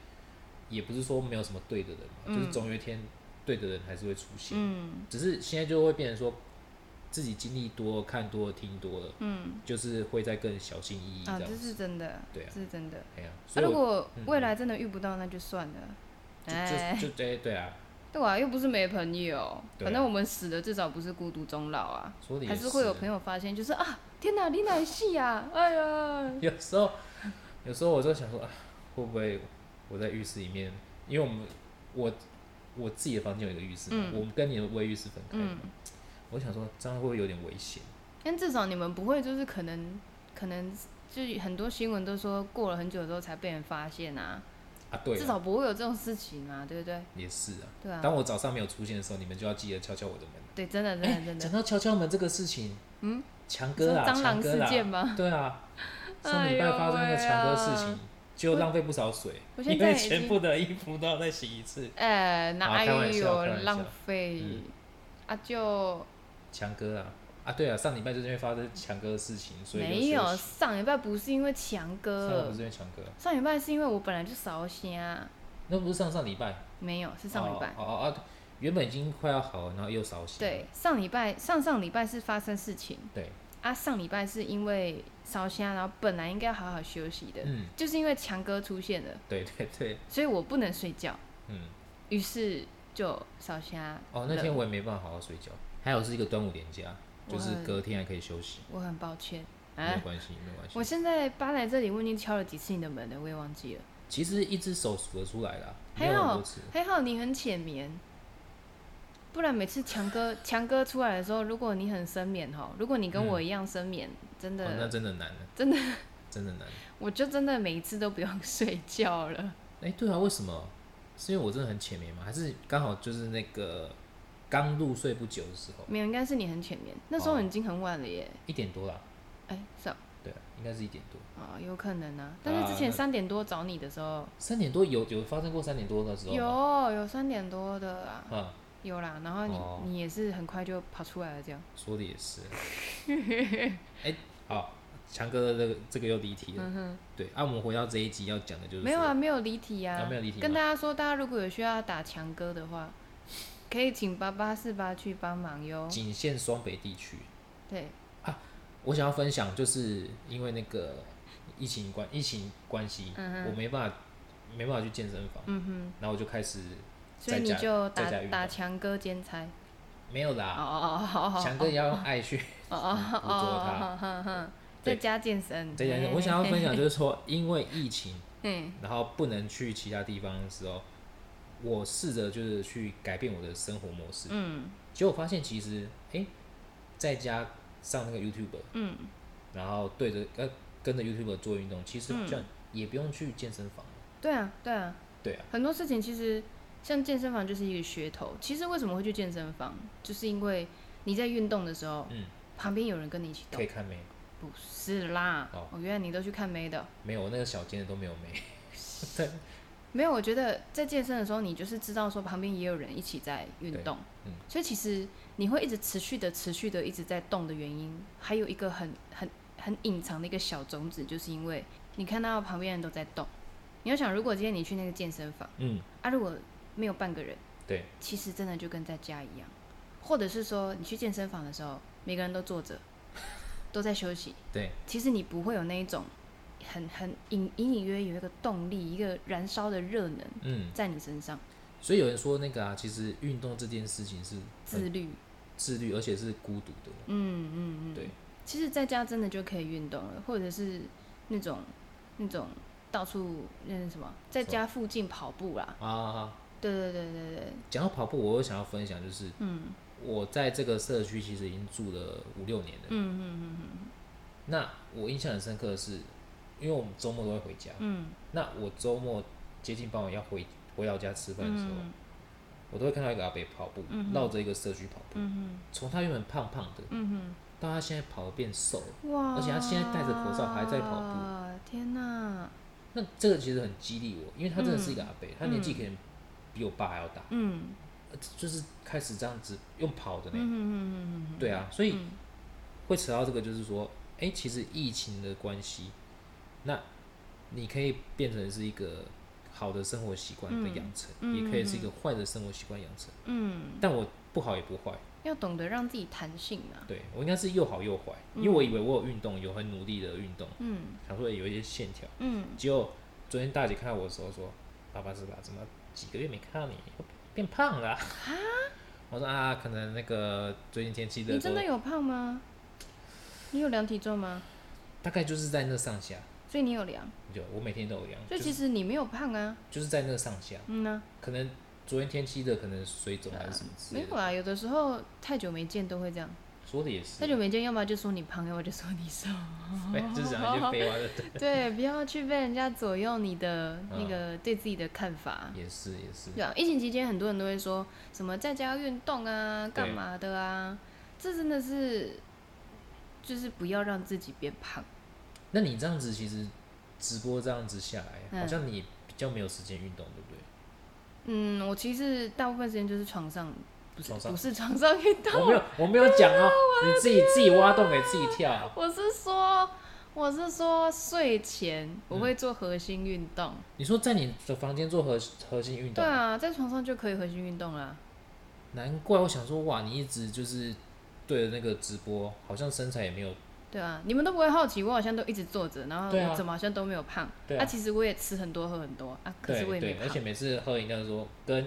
Speaker 1: 也不是说没有什么对的人嘛，就是总有一天对的人还是会出现，
Speaker 2: 嗯
Speaker 1: 只是现在就会变成说。自己经历多了、看多了、听多了，
Speaker 2: 嗯，
Speaker 1: 就是会再更小心翼翼这
Speaker 2: 啊，
Speaker 1: 样
Speaker 2: 这
Speaker 1: 子。
Speaker 2: 是真的，
Speaker 1: 对啊
Speaker 2: 这是真的。
Speaker 1: 哎呀、
Speaker 2: 啊、
Speaker 1: 所以
Speaker 2: 如
Speaker 1: 我
Speaker 2: 果
Speaker 1: 嗯
Speaker 2: 未来真的遇不到，那就算了。哎，
Speaker 1: 就就就对对啊，
Speaker 2: 对啊，又不是没朋友，
Speaker 1: 对啊
Speaker 2: 反正我们死的至少不是孤独终老啊，
Speaker 1: 说的也
Speaker 2: 还是会有朋友发现，就是啊，天哪，你哪戏啊？哎呀，
Speaker 1: [LAUGHS] 有时候，有时候我就想说，啊，会不会我在浴室里面，因为我们我我自己的房间有一个浴室嘛，
Speaker 2: 嗯
Speaker 1: 我们跟你的卫浴室分开嘛，
Speaker 2: 嗯
Speaker 1: 我想说这样会不会有点危险？
Speaker 2: 但至少你们不会就是可能可能。就是很多新闻都说过了很久之后才被人发现啊，
Speaker 1: 啊，对
Speaker 2: 至
Speaker 1: 啊，
Speaker 2: 少不会有这种事情嘛，对不对？
Speaker 1: 也是啊。
Speaker 2: 对啊，
Speaker 1: 当我早上没有出现的时候，你们就要记得敲敲我的门。
Speaker 2: 对，真的真的真
Speaker 1: 讲
Speaker 2: 的，
Speaker 1: 到敲敲门这个事情，
Speaker 2: 嗯，
Speaker 1: 强
Speaker 2: 你说
Speaker 1: 哎哥啊，
Speaker 2: 蟑
Speaker 1: 强
Speaker 2: 螂
Speaker 1: 哥
Speaker 2: 事
Speaker 1: 啦，
Speaker 2: 件吗？ [LAUGHS]
Speaker 1: 对啊，上
Speaker 2: 哎
Speaker 1: 礼拜
Speaker 2: 呦
Speaker 1: 发生那个
Speaker 2: 喂
Speaker 1: 强哥事
Speaker 2: 啊
Speaker 1: 情，就浪费不少水，
Speaker 2: 我现
Speaker 1: 因
Speaker 2: 在
Speaker 1: 为
Speaker 2: 已
Speaker 1: 全
Speaker 2: 经
Speaker 1: 部的衣服都要再洗一次。
Speaker 2: 呃，哪
Speaker 1: 开玩笑
Speaker 2: 有
Speaker 1: 开玩笑
Speaker 2: 浪费、
Speaker 1: 嗯
Speaker 2: 啊？就
Speaker 1: 强哥啊啊，对啊，上礼拜就是因为发生强哥的事情，所以就
Speaker 2: 没有
Speaker 1: 休息
Speaker 2: 上礼拜不是因为强
Speaker 1: 上礼拜不
Speaker 2: 哥
Speaker 1: 是，因为强哥，
Speaker 2: 上礼拜是因为我本来就烧虾，
Speaker 1: 那不是上上礼拜，
Speaker 2: 没有是上礼拜。
Speaker 1: 哦哦哦、啊原本已经快要好了，然后又少血，
Speaker 2: 对，上礼拜上上礼拜是发生事情
Speaker 1: 对，
Speaker 2: 啊，上礼拜是因为烧虾，然后本来应该好好休息的，
Speaker 1: 嗯，
Speaker 2: 就是因为强哥出现了，
Speaker 1: 对对对，
Speaker 2: 所以我不能睡觉，
Speaker 1: 嗯，
Speaker 2: 于是就烧虾。
Speaker 1: 哦，那天我也没办法好好睡觉，还有是一个端午连假，
Speaker 2: 我
Speaker 1: 就是隔天还可以休息，
Speaker 2: 我很抱歉
Speaker 1: 没
Speaker 2: 啊
Speaker 1: 有，关系，没有
Speaker 2: 我
Speaker 1: 关系。
Speaker 2: 现在搬来这里，我已经敲了几次你的门了，我也忘记了。
Speaker 1: 其实一只手数得出来啦，没有
Speaker 2: 还
Speaker 1: 很
Speaker 2: 好
Speaker 1: 多次，
Speaker 2: 还好你很浅眠，不然每次强哥强哥出来的时候，如果你很深眠哈，如果你跟我一样深眠，真
Speaker 1: 哦，那
Speaker 2: 的
Speaker 1: 真的难了，
Speaker 2: 真的
Speaker 1: 真的难。
Speaker 2: 我就真的每一次都不用睡觉了。
Speaker 1: 哎，对啊，为什么？是因为我真的很浅眠吗？还是刚好就是那个刚入睡不久的时候，
Speaker 2: 没有，应该是你很浅眠，那时候
Speaker 1: 哦
Speaker 2: 已经很晚了耶。
Speaker 1: 一点多啦。
Speaker 2: 哎、是啊、
Speaker 1: 对啊，应该是一点多，
Speaker 2: 啊有可能啊。但是之前
Speaker 1: 啊那
Speaker 2: 三点多找你的时候，
Speaker 1: 三点多有有发生过三点多的时候吗？
Speaker 2: 有有三点多的啊，
Speaker 1: 啊，
Speaker 2: 有啦。然后你、
Speaker 1: 哦
Speaker 2: 你也是很快就跑出来了，这样。
Speaker 1: 说的也是。 [LAUGHS] 哎、好，强哥的这个这个又离题了。
Speaker 2: 嗯哼，
Speaker 1: 对，啊，我们回到这一集要讲的就是
Speaker 2: 没有啊，
Speaker 1: 说，
Speaker 2: 没有离题
Speaker 1: 啊没有离题
Speaker 2: 跟
Speaker 1: 吗
Speaker 2: 大家说，大家如果有需要打强哥的话，可以请八八四八去帮忙哟。
Speaker 1: 仅限双北地区。
Speaker 2: 对，
Speaker 1: 我想要分享，就是因为那个疫情关疫情关系，
Speaker 2: 嗯
Speaker 1: 我没办法没办法去健身房，
Speaker 2: 嗯
Speaker 1: 然后我就开始
Speaker 2: 哼，所以
Speaker 1: 在
Speaker 2: 你
Speaker 1: 家
Speaker 2: 就
Speaker 1: 在
Speaker 2: 打
Speaker 1: 家运
Speaker 2: 打
Speaker 1: 动
Speaker 2: 强哥兼差。
Speaker 1: 没有
Speaker 2: 哦
Speaker 1: 啦。
Speaker 2: 哦哦，好好，
Speaker 1: 强哥也要用爱去
Speaker 2: 哦哦
Speaker 1: [LAUGHS] 捕
Speaker 2: 哦
Speaker 1: 捉他。
Speaker 2: 哦哦哦，在
Speaker 1: 对
Speaker 2: 家健身。
Speaker 1: 这件事，我想要分享就是说，因为疫情，
Speaker 2: 嗯
Speaker 1: 然后不能去其他地方的时候，我试着就是去改变我的生活模式。
Speaker 2: 嗯
Speaker 1: 结果发现其实，诶，在家上那个 YouTube，
Speaker 2: 嗯，
Speaker 1: 然后对着呃跟着 YouTube 做运动，其实好
Speaker 2: 嗯
Speaker 1: 像也不用去健身房。
Speaker 2: 对啊对啊，
Speaker 1: 对啊，
Speaker 2: 很多事情其实像健身房就是一个噱头。其实为什么会去健身房，就是因为你在运动的时候，
Speaker 1: 嗯
Speaker 2: 旁边有人跟你一起
Speaker 1: 可
Speaker 2: 动
Speaker 1: 以。看妹，
Speaker 2: 不是啦，
Speaker 1: 哦
Speaker 2: 我原来你都去看妹的。
Speaker 1: 没有那个小间的都没有
Speaker 2: [LAUGHS]
Speaker 1: 妹。对，
Speaker 2: 没有，我觉得在健身的时候，你就是知道说旁边也有人一起在运动，
Speaker 1: 对嗯
Speaker 2: 所以其实你会一直持续的、持续的一直在动的原因，还有一个很、很、很隐藏的一个小种子，就是因为你看到旁边人都在动。你要想，如果今天你去那个健身房
Speaker 1: 嗯，
Speaker 2: 啊，如果没有半个人，
Speaker 1: 对，
Speaker 2: 其实真的就跟在家一样，或者是说你去健身房的时候，每个人都
Speaker 1: [LAUGHS]
Speaker 2: 坐着，都在休息，
Speaker 1: 对，
Speaker 2: 其实你不会有那一种很很隐隐隐约约有一个动力，一个燃烧的热能。
Speaker 1: 嗯，
Speaker 2: 在你身上。
Speaker 1: 所以有人说那个啊，其实运动这件事情是
Speaker 2: 自
Speaker 1: 很
Speaker 2: 律，
Speaker 1: 自律，而且是孤独的。
Speaker 2: 嗯嗯嗯，
Speaker 1: 对。
Speaker 2: 其实在家真的就可以运动了，或者是那种那种到处那是什么，在
Speaker 1: 什么
Speaker 2: 家附近跑步啦。
Speaker 1: 啊，
Speaker 2: 对对对对对，
Speaker 1: 讲到跑步，我又想要分享，就是嗯，我在这个社区其实已经住了五六年了。
Speaker 2: 嗯嗯嗯
Speaker 1: 那我印象很深刻的是，因为我们周末都会回家，
Speaker 2: 嗯
Speaker 1: 那我周末接近傍晚要回回老家吃饭的时候，
Speaker 2: 嗯
Speaker 1: 我都会看到一个阿伯跑步，
Speaker 2: 嗯哼
Speaker 1: 绕着一个社区跑步。
Speaker 2: 嗯
Speaker 1: 从、他原本胖胖的，
Speaker 2: 嗯
Speaker 1: 到他现在跑得变瘦了，
Speaker 2: 嗯，哇！
Speaker 1: 而且他现在戴着口罩还在跑
Speaker 2: 步。天哪，
Speaker 1: 那这个其实很激励我，因为他真的是一个阿伯，他年纪可能比我爸还要大，
Speaker 2: 嗯
Speaker 1: 呃就是开始这样子用跑的
Speaker 2: 嗯
Speaker 1: 呢。
Speaker 2: 嗯嗯嗯，
Speaker 1: 对啊，所以
Speaker 2: 嗯
Speaker 1: 会扯到这个，就是说，哎、其实疫情的关系，那你可以变成是一个好的生活习惯的养成，
Speaker 2: 嗯
Speaker 1: 也可以是一个坏的生活习惯养成。
Speaker 2: 嗯，
Speaker 1: 但我不好也不坏，
Speaker 2: 要懂得让自己弹性啊。
Speaker 1: 对我应该是又好又坏，因为我以为我有运动，有很努力的运动，
Speaker 2: 嗯
Speaker 1: 想说有一些线条。
Speaker 2: 嗯，
Speaker 1: 结果昨天大姐看到我的时候说：“爸爸是吧？怎么几个月没看到你，变胖了啊？” [LAUGHS] 我说：“啊，可能那个最近天气热，
Speaker 2: 你真的有胖吗？你有量体重吗？
Speaker 1: 大概就是在那上下。”
Speaker 2: 所以你有量，
Speaker 1: 就我每天都有量，
Speaker 2: 所以
Speaker 1: 就
Speaker 2: 其
Speaker 1: 是
Speaker 2: 实你没有胖啊。
Speaker 1: 就是在那上下，
Speaker 2: 嗯呢、
Speaker 1: 可能昨天天气热，可能水肿还是什么之
Speaker 2: 没
Speaker 1: 类
Speaker 2: 有
Speaker 1: 的。
Speaker 2: 啊，有的时候太久没见都会这样，
Speaker 1: 说的也是
Speaker 2: 太，久没见，要么就说你胖，要么就说你瘦。 [LAUGHS]
Speaker 1: 对，就是讲一些废话的，对
Speaker 2: 对，不要去被人家左右你的那个对自己的看法。
Speaker 1: 嗯也是也是，
Speaker 2: 对啊，疫情期间很多人都会说什么在家运动啊，干嘛的啊，这真的是就是不要让自己变胖。
Speaker 1: 那你这样子其实直播这样子下来，
Speaker 2: 嗯
Speaker 1: 好像你比较没有时间运动，对不对？
Speaker 2: 嗯，我其实大部分时间就是床上，不是
Speaker 1: 床上
Speaker 2: 不是床上运动，
Speaker 1: 我没有我没有讲哦，你自
Speaker 2: 啊
Speaker 1: 己自己挖洞给自己跳，
Speaker 2: [LAUGHS]
Speaker 1: 啊
Speaker 2: 我是说我是说睡前我
Speaker 1: 嗯
Speaker 2: 会做核心运动。
Speaker 1: 你说在你的房间做核核心运
Speaker 2: 对
Speaker 1: 动，
Speaker 2: 啊，在床上就可以核心运动啦。
Speaker 1: 难怪我想说哇，你一直就是对着那个直播，好像身材也没有
Speaker 2: 对啊，你们都不会好奇，我好像都一直坐着，然后
Speaker 1: 对啊
Speaker 2: 我怎么好像都没有胖？
Speaker 1: 对啊
Speaker 2: 其实我也吃很多，喝很多啊，可
Speaker 1: 对
Speaker 2: 是我也没
Speaker 1: 对，而且
Speaker 2: 胖。
Speaker 1: 每次喝饮料说跟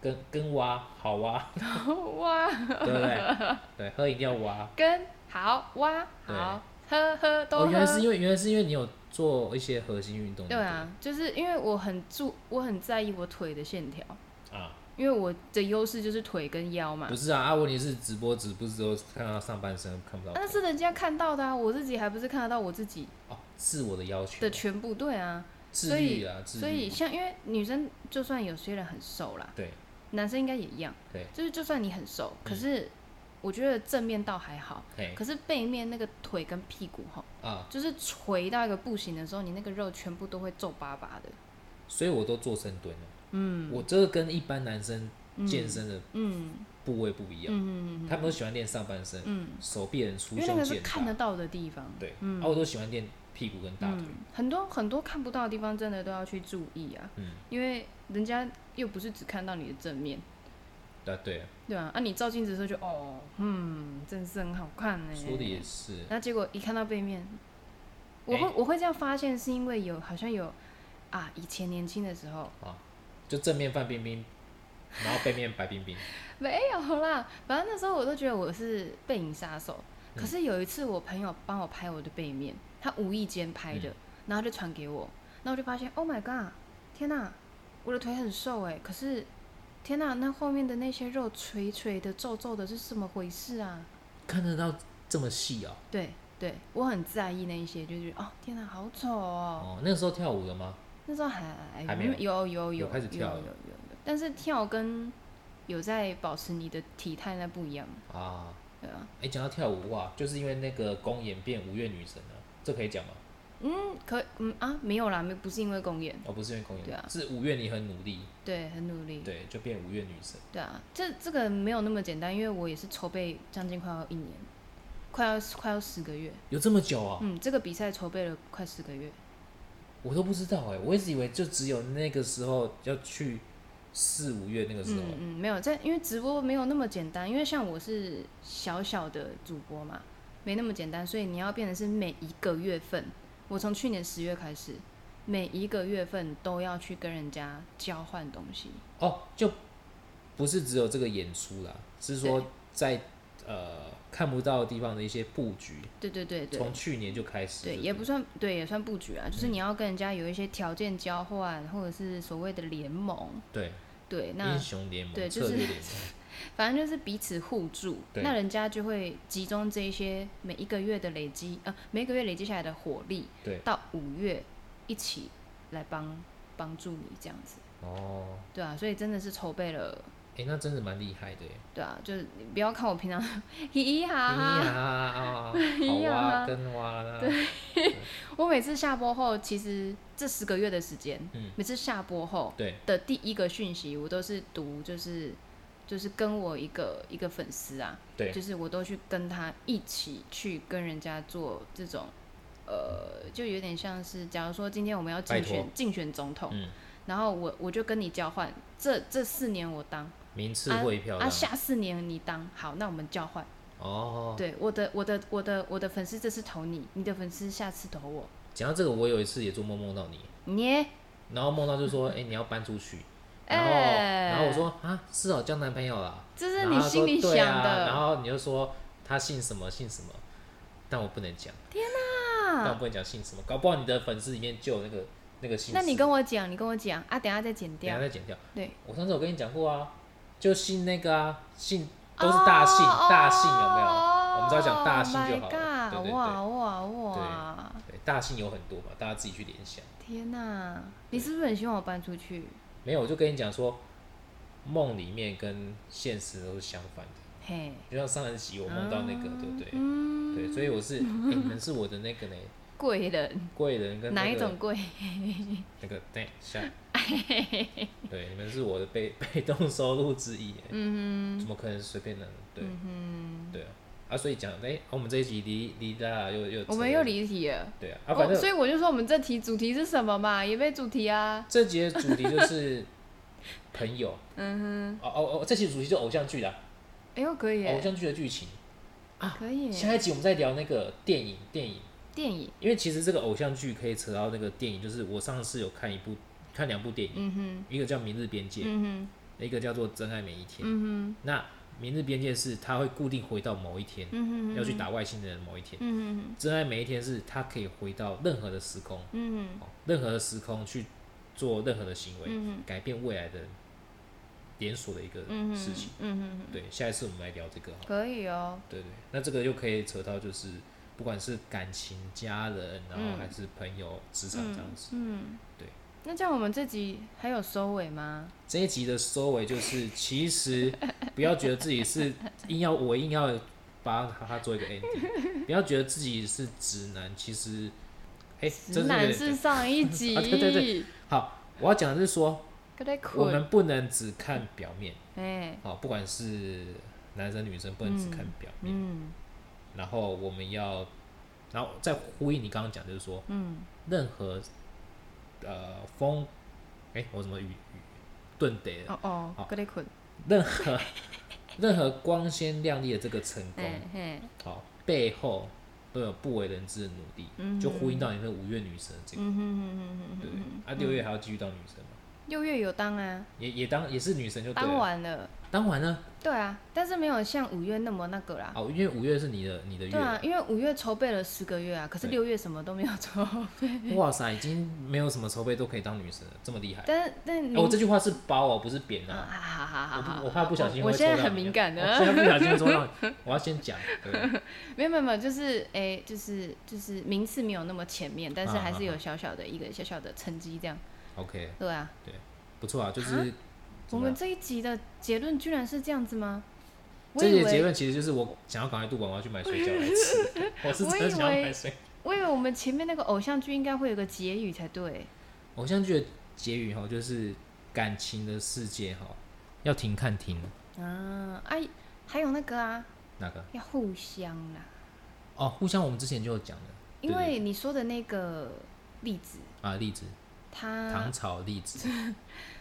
Speaker 1: 跟跟挖好挖。
Speaker 2: [LAUGHS] 哇，
Speaker 1: 对不对？ [LAUGHS] 对，喝饮料挖。
Speaker 2: 跟好哇
Speaker 1: 对
Speaker 2: 好喝喝都
Speaker 1: 哦，
Speaker 2: 喝。
Speaker 1: 原来是因为原来是因为你有做一些核心运动。
Speaker 2: 对啊，就是因为我很注，我很在意我腿的线条，
Speaker 1: 不对。啊，
Speaker 2: 因为我的优势就是腿跟腰嘛
Speaker 1: 不。是啊，啊，问题是直播直播只有看到上半身，看不到
Speaker 2: 啊那
Speaker 1: 腿。
Speaker 2: 是人家看到的啊，我自己还不是看得到我自己
Speaker 1: 哦，自我的要求
Speaker 2: 的，全部？对啊，
Speaker 1: 自律啊，自
Speaker 2: 所以
Speaker 1: 律。
Speaker 2: 像因为女生就算有些人很瘦啦，
Speaker 1: 对
Speaker 2: 男生应该也一样，
Speaker 1: 对，
Speaker 2: 就是就算你很瘦，
Speaker 1: 嗯
Speaker 2: 可是我觉得正面倒还好，
Speaker 1: 嘿
Speaker 2: 可是背面那个腿跟屁股吼，
Speaker 1: 啊，
Speaker 2: 就是垂到一个不行的时候，你那个肉全部都会皱巴巴的。
Speaker 1: 所以我都做深蹲了。嗯，我这个跟一般男生健身的
Speaker 2: 嗯
Speaker 1: 部位不一样，
Speaker 2: 嗯嗯
Speaker 1: 他们都喜欢练上半身，
Speaker 2: 嗯，
Speaker 1: 手臂很粗，
Speaker 2: 因为那个
Speaker 1: 胸
Speaker 2: 是
Speaker 1: 肩
Speaker 2: 看得
Speaker 1: 大。
Speaker 2: 到的地方，
Speaker 1: 对，
Speaker 2: 嗯
Speaker 1: 啊，我都喜欢练屁股跟大腿。
Speaker 2: 嗯，很多很多看不到的地方真的都要去注意啊，
Speaker 1: 嗯，
Speaker 2: 因为人家又不是只看到你的正面，
Speaker 1: 对啊对啊，
Speaker 2: 对啊，啊你照镜子的时候就哦，嗯，真是很好看呢、
Speaker 1: 说的也是。
Speaker 2: 那结果一看到背面，我会、
Speaker 1: 哎
Speaker 2: 我会这样发现，是因为有好像有啊，以前年轻的时候
Speaker 1: 就正面范冰冰，然后背面白冰冰。
Speaker 2: 没有啦，反正那时候我都觉得我是背影杀手。
Speaker 1: 嗯
Speaker 2: 可是有一次我朋友帮我拍我的背面，他无意间拍
Speaker 1: 嗯
Speaker 2: 的，然后就传给我，然后我就发现，Oh my god，天哪、我的腿很瘦哎、可是天哪、那后面的那些肉垂垂的、皱皱的，是怎么回事啊？
Speaker 1: 看得到这么细哦、
Speaker 2: 对对，我很在意那一些，就是哦，天哪、好丑哦。
Speaker 1: 哦，那个时候跳舞了吗？
Speaker 2: 那时候还
Speaker 1: 还没有
Speaker 2: 有有
Speaker 1: 有开始跳了
Speaker 2: 有有有有，但是跳跟有在保持你的体态那不一样，
Speaker 1: 啊，
Speaker 2: 对啊，
Speaker 1: 哎、讲到跳舞哇，就是因为那个公演变五月女神了、这可以讲吗？
Speaker 2: 嗯，可嗯啊没有啦，没不是因为公演，
Speaker 1: 哦，不是因为公演，
Speaker 2: 对啊
Speaker 1: 是五月你很努力，
Speaker 2: 对，很努力，
Speaker 1: 对，就变五月女神。
Speaker 2: 对啊，这这个没有那么简单，因为我也是筹备将近快要一年，快要快要十个月，
Speaker 1: 有这么久啊、
Speaker 2: 嗯，这个比赛筹备了快十个月，
Speaker 1: 我都不知道哎、我一直以为就只有那个时候要去四五月那个时候
Speaker 2: 嗯，嗯，没有在，因为直播没有那么简单，因为像我是小小的主播嘛，没那么简单，所以你要变成是每一个月份，我从去年十月开始，每一个月份都要去跟人家交换东西。
Speaker 1: 哦，就不是只有这个演出啦，是说
Speaker 2: 对
Speaker 1: 在呃看不到的地方的一些布局，
Speaker 2: 对对对对，
Speaker 1: 从去年就开始了。
Speaker 2: 对，也不算对，也算布局啊，就是你要跟人家有一些条件交换，或者是所谓的联盟。
Speaker 1: 对
Speaker 2: 对，那
Speaker 1: 英雄联盟、
Speaker 2: 对就
Speaker 1: 策
Speaker 2: 是
Speaker 1: 略
Speaker 2: [LAUGHS]
Speaker 1: 联盟，
Speaker 2: 反正就是彼此互助，
Speaker 1: 对
Speaker 2: 那人家就会集中这一些每一个月的累积，呃，每一个月累积下来的火力，
Speaker 1: 对
Speaker 2: 到五月一起来帮帮助你这样子，
Speaker 1: 哦，
Speaker 2: 对啊，所以真的是筹备了，
Speaker 1: 哎、那真的蛮厉害的耶。
Speaker 2: 对啊，就是你不要看我平常 [LAUGHS] 嘻嘻哈
Speaker 1: 咿呀
Speaker 2: 哈， [LAUGHS]
Speaker 1: 啊，好
Speaker 2: 咿呀
Speaker 1: 哇跟哇啦，
Speaker 2: 我每次下播后，其实这十个月的时间，
Speaker 1: 嗯
Speaker 2: 每次下播后，
Speaker 1: 对
Speaker 2: 的第一个讯息，我都是读，就是就是跟我一个一个粉丝啊，
Speaker 1: 对
Speaker 2: 就是我都去跟他一起去跟人家做这种，呃，就有点像是，假如说今天我们要竞
Speaker 1: 拜
Speaker 2: 选
Speaker 1: 托
Speaker 2: 竞选总统，
Speaker 1: 嗯
Speaker 2: 然后我我就跟你交换，这这四年我当，
Speaker 1: 名次会票这
Speaker 2: 啊
Speaker 1: 样
Speaker 2: 下四年你当，好，那我们交换，
Speaker 1: 哦，
Speaker 2: 对，我的我的我的我的粉丝这次投你，你的粉丝下次投我，
Speaker 1: 讲到这个，我有一次也做梦梦到你，
Speaker 2: 你，
Speaker 1: 然后梦到就
Speaker 2: [LAUGHS]
Speaker 1: 说，哎、你要搬出去，然后、
Speaker 2: 哎
Speaker 1: 然后我说啊，是哦，交男朋友啦，
Speaker 2: 这是
Speaker 1: 然
Speaker 2: 你
Speaker 1: 后他说
Speaker 2: 心里
Speaker 1: 对
Speaker 2: 想
Speaker 1: 啊，然
Speaker 2: 的，
Speaker 1: 后你就说他姓什么姓什么，但我不能讲，
Speaker 2: 啊
Speaker 1: 但我不能讲姓什么，搞不好你的粉丝里面就有那个那个姓氏，
Speaker 2: 那你跟我讲，你跟我讲啊，等一下再剪
Speaker 1: 等一
Speaker 2: 掉
Speaker 1: 下。再剪掉。
Speaker 2: 对，
Speaker 1: 我上次有跟你讲过啊，就姓那个啊，
Speaker 2: 哦
Speaker 1: 姓都是大姓，大姓有没有？我们只要讲大姓就好了。对对
Speaker 2: Oh 哇
Speaker 1: 对
Speaker 2: 哇哇！
Speaker 1: 对，大姓有很多嘛，大家自己去联想。
Speaker 2: 天哪、你是不是很希望我搬出去？
Speaker 1: 没有，我就跟你讲说，梦里面跟现实都是相反的。
Speaker 2: 嘿，
Speaker 1: 就像上一集我梦到那个，对不对？
Speaker 2: 啊嗯，
Speaker 1: 对，所以我是、诶你们是我的那个呢，
Speaker 2: 贵人
Speaker 1: 贵人跟、那
Speaker 2: 哪
Speaker 1: 个、
Speaker 2: 一种贵？
Speaker 1: 那个对下，对，你们是我的被 [LAUGHS] 被动收入之一，嗯，怎么可能随便呢？对，
Speaker 2: 嗯
Speaker 1: 对啊，啊，所以讲，哎、我们这一集离离大家又又
Speaker 2: 我们
Speaker 1: 扯
Speaker 2: 又
Speaker 1: 了
Speaker 2: 离题了。
Speaker 1: 对啊，啊，反
Speaker 2: 哦，所
Speaker 1: 正
Speaker 2: 以我就说我们这题主题是什么嘛？也被主题啊。
Speaker 1: 这集的主题就是朋友，嗯哼，哦哦哦，这集主题就偶像剧啦，
Speaker 2: 哎呦，可以
Speaker 1: 偶
Speaker 2: 耶，
Speaker 1: 像剧的剧情。
Speaker 2: 可以耶。
Speaker 1: 下一集我们再聊那个电影，电影，
Speaker 2: 电影，
Speaker 1: 因为其实这个偶像剧可以扯到那个电影，就是我上次有看一部，看两部电影，
Speaker 2: 嗯
Speaker 1: 一个叫《明日边界》
Speaker 2: 哼，，嗯
Speaker 1: 一个叫做《真爱每一
Speaker 2: 哼，
Speaker 1: 天》。
Speaker 2: 嗯
Speaker 1: 那明日边界是他会固定回到某一天
Speaker 2: 哼，，嗯哼，
Speaker 1: 要去打外星人的某一天。
Speaker 2: 嗯哼，
Speaker 1: 真爱每一天是他可以回到任何的时空，
Speaker 2: 嗯哼，
Speaker 1: 哦任何的时空去做任何的行为，
Speaker 2: 嗯
Speaker 1: 改变未来的连锁的一个
Speaker 2: 嗯哼，
Speaker 1: 事情。，
Speaker 2: 嗯哼，
Speaker 1: 对，下一次我们来聊这个哈。
Speaker 2: 可以哦。
Speaker 1: 对对，那这个就可以扯到就是不管是感情、家人，然后还是朋友、职场这样子。
Speaker 2: 嗯，
Speaker 1: 对。
Speaker 2: 那这样我们这集还有收尾吗？
Speaker 1: 这一集的收尾就是，其
Speaker 2: [LAUGHS]
Speaker 1: 实不要觉得自己是硬要我硬要把它做一个
Speaker 2: [LAUGHS]
Speaker 1: ending，不要觉得自己是直男，其实，哎、
Speaker 2: 直
Speaker 1: 真的有
Speaker 2: 男
Speaker 1: 点
Speaker 2: 是上一
Speaker 1: [LAUGHS]
Speaker 2: 集，
Speaker 1: 啊对对对，好。我要讲的是说，
Speaker 2: 搁在
Speaker 1: 我
Speaker 2: 困，
Speaker 1: 们不能只看表面，
Speaker 2: 哎，
Speaker 1: 好，啊不管是男生女生，不能只看表面。
Speaker 2: 嗯
Speaker 1: 然后我们要，然后再呼应你刚刚讲，就是说，
Speaker 2: 嗯，
Speaker 1: 任何呃风，哎、我怎么语语顿得了？
Speaker 2: 哦哦，搁在困，
Speaker 1: [LAUGHS] 任何任何光鲜亮丽的这个成功，
Speaker 2: 哎嘿，
Speaker 1: 好、背后都有不为人知的努力，
Speaker 2: 嗯
Speaker 1: 就呼应到你那五月女神这个，
Speaker 2: 嗯哼嗯哼哼哼
Speaker 1: 对不
Speaker 2: 哼
Speaker 1: 对
Speaker 2: 哼，？
Speaker 1: 啊，六月还要继续当女神嘛，
Speaker 2: 六月有当啊，
Speaker 1: 也也当也是女神就对
Speaker 2: 当
Speaker 1: 了。
Speaker 2: 完了，
Speaker 1: 当晚呢，
Speaker 2: 对啊，但是没有像五月那么那个啦。
Speaker 1: 哦，因为五月是你的你的月
Speaker 2: 啊对啊，，因为五月筹备了十个月啊，可是
Speaker 1: 对
Speaker 2: 六月什么都没有筹备。
Speaker 1: 哇塞，已经没有什么筹备都可以当女神了，这么厉害。
Speaker 2: [LAUGHS] 但但你
Speaker 1: 哎我这句话是包哦，不是贬
Speaker 2: 啊，
Speaker 1: 啊。
Speaker 2: 好好好
Speaker 1: 我
Speaker 2: 好，
Speaker 1: 不我怕不小心
Speaker 2: 我
Speaker 1: 会
Speaker 2: 我现在
Speaker 1: 戳到
Speaker 2: 很
Speaker 1: 你啊
Speaker 2: 敏感的，
Speaker 1: 我现在不小心会戳
Speaker 2: [LAUGHS]
Speaker 1: 到你，我要先讲。对，
Speaker 2: 没有没有没有，就是诶、就是就是名次没有那么前面，但是
Speaker 1: 啊
Speaker 2: 还是
Speaker 1: 啊
Speaker 2: 有小小的一个小小的成绩这样。
Speaker 1: OK，
Speaker 2: 对啊，
Speaker 1: 不错啊，就
Speaker 2: 啊
Speaker 1: 是
Speaker 2: 我
Speaker 1: 怎么
Speaker 2: 们
Speaker 1: 样
Speaker 2: 这一集的结论居然是这样子吗？我
Speaker 1: 这
Speaker 2: 以
Speaker 1: 些结
Speaker 2: 为
Speaker 1: 论其实就是我想要赶快度完，我要去买水饺来吃。
Speaker 2: [LAUGHS]
Speaker 1: 我是真的想要买水。
Speaker 2: 我以为我们前面那个偶像剧应该会有个结语才对。
Speaker 1: 偶像剧的结语哈，就是感情的世界哈，要停看停
Speaker 2: 啊，哎、还有那个啊，
Speaker 1: 哪个？
Speaker 2: 要互相啦，
Speaker 1: 哦，互相我们之前就有讲的
Speaker 2: 因
Speaker 1: 对对
Speaker 2: 为你说的那个例子，
Speaker 1: 啊，栗子，
Speaker 2: 他
Speaker 1: 糖炒栗子。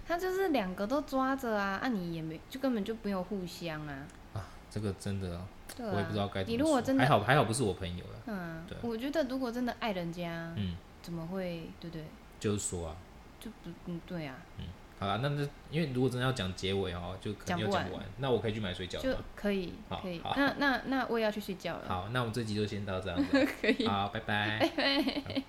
Speaker 2: 他就是两个都抓着啊，啊你也没就根本就没有互相啊，
Speaker 1: 啊，这个真的哦，
Speaker 2: 对啊，
Speaker 1: 我也不知道该怎么说。
Speaker 2: 你如果真的
Speaker 1: 还好还好不是我朋友了，
Speaker 2: 嗯
Speaker 1: 对，
Speaker 2: 我觉得如果真的爱人家，
Speaker 1: 嗯，
Speaker 2: 怎么会对不对？
Speaker 1: 就是说啊，
Speaker 2: 就不嗯对啊，
Speaker 1: 好啦，那那因为如果真的要讲结尾哦，就可能又
Speaker 2: 讲不
Speaker 1: 讲不完。那我可以去买水饺
Speaker 2: 就
Speaker 1: 了吗。
Speaker 2: 可以
Speaker 1: 好
Speaker 2: 可以
Speaker 1: 好。
Speaker 2: 那那那我也要去睡觉了， [LAUGHS]
Speaker 1: 好，那我们这期就先到这样子。
Speaker 2: 可以。
Speaker 1: 好，拜拜。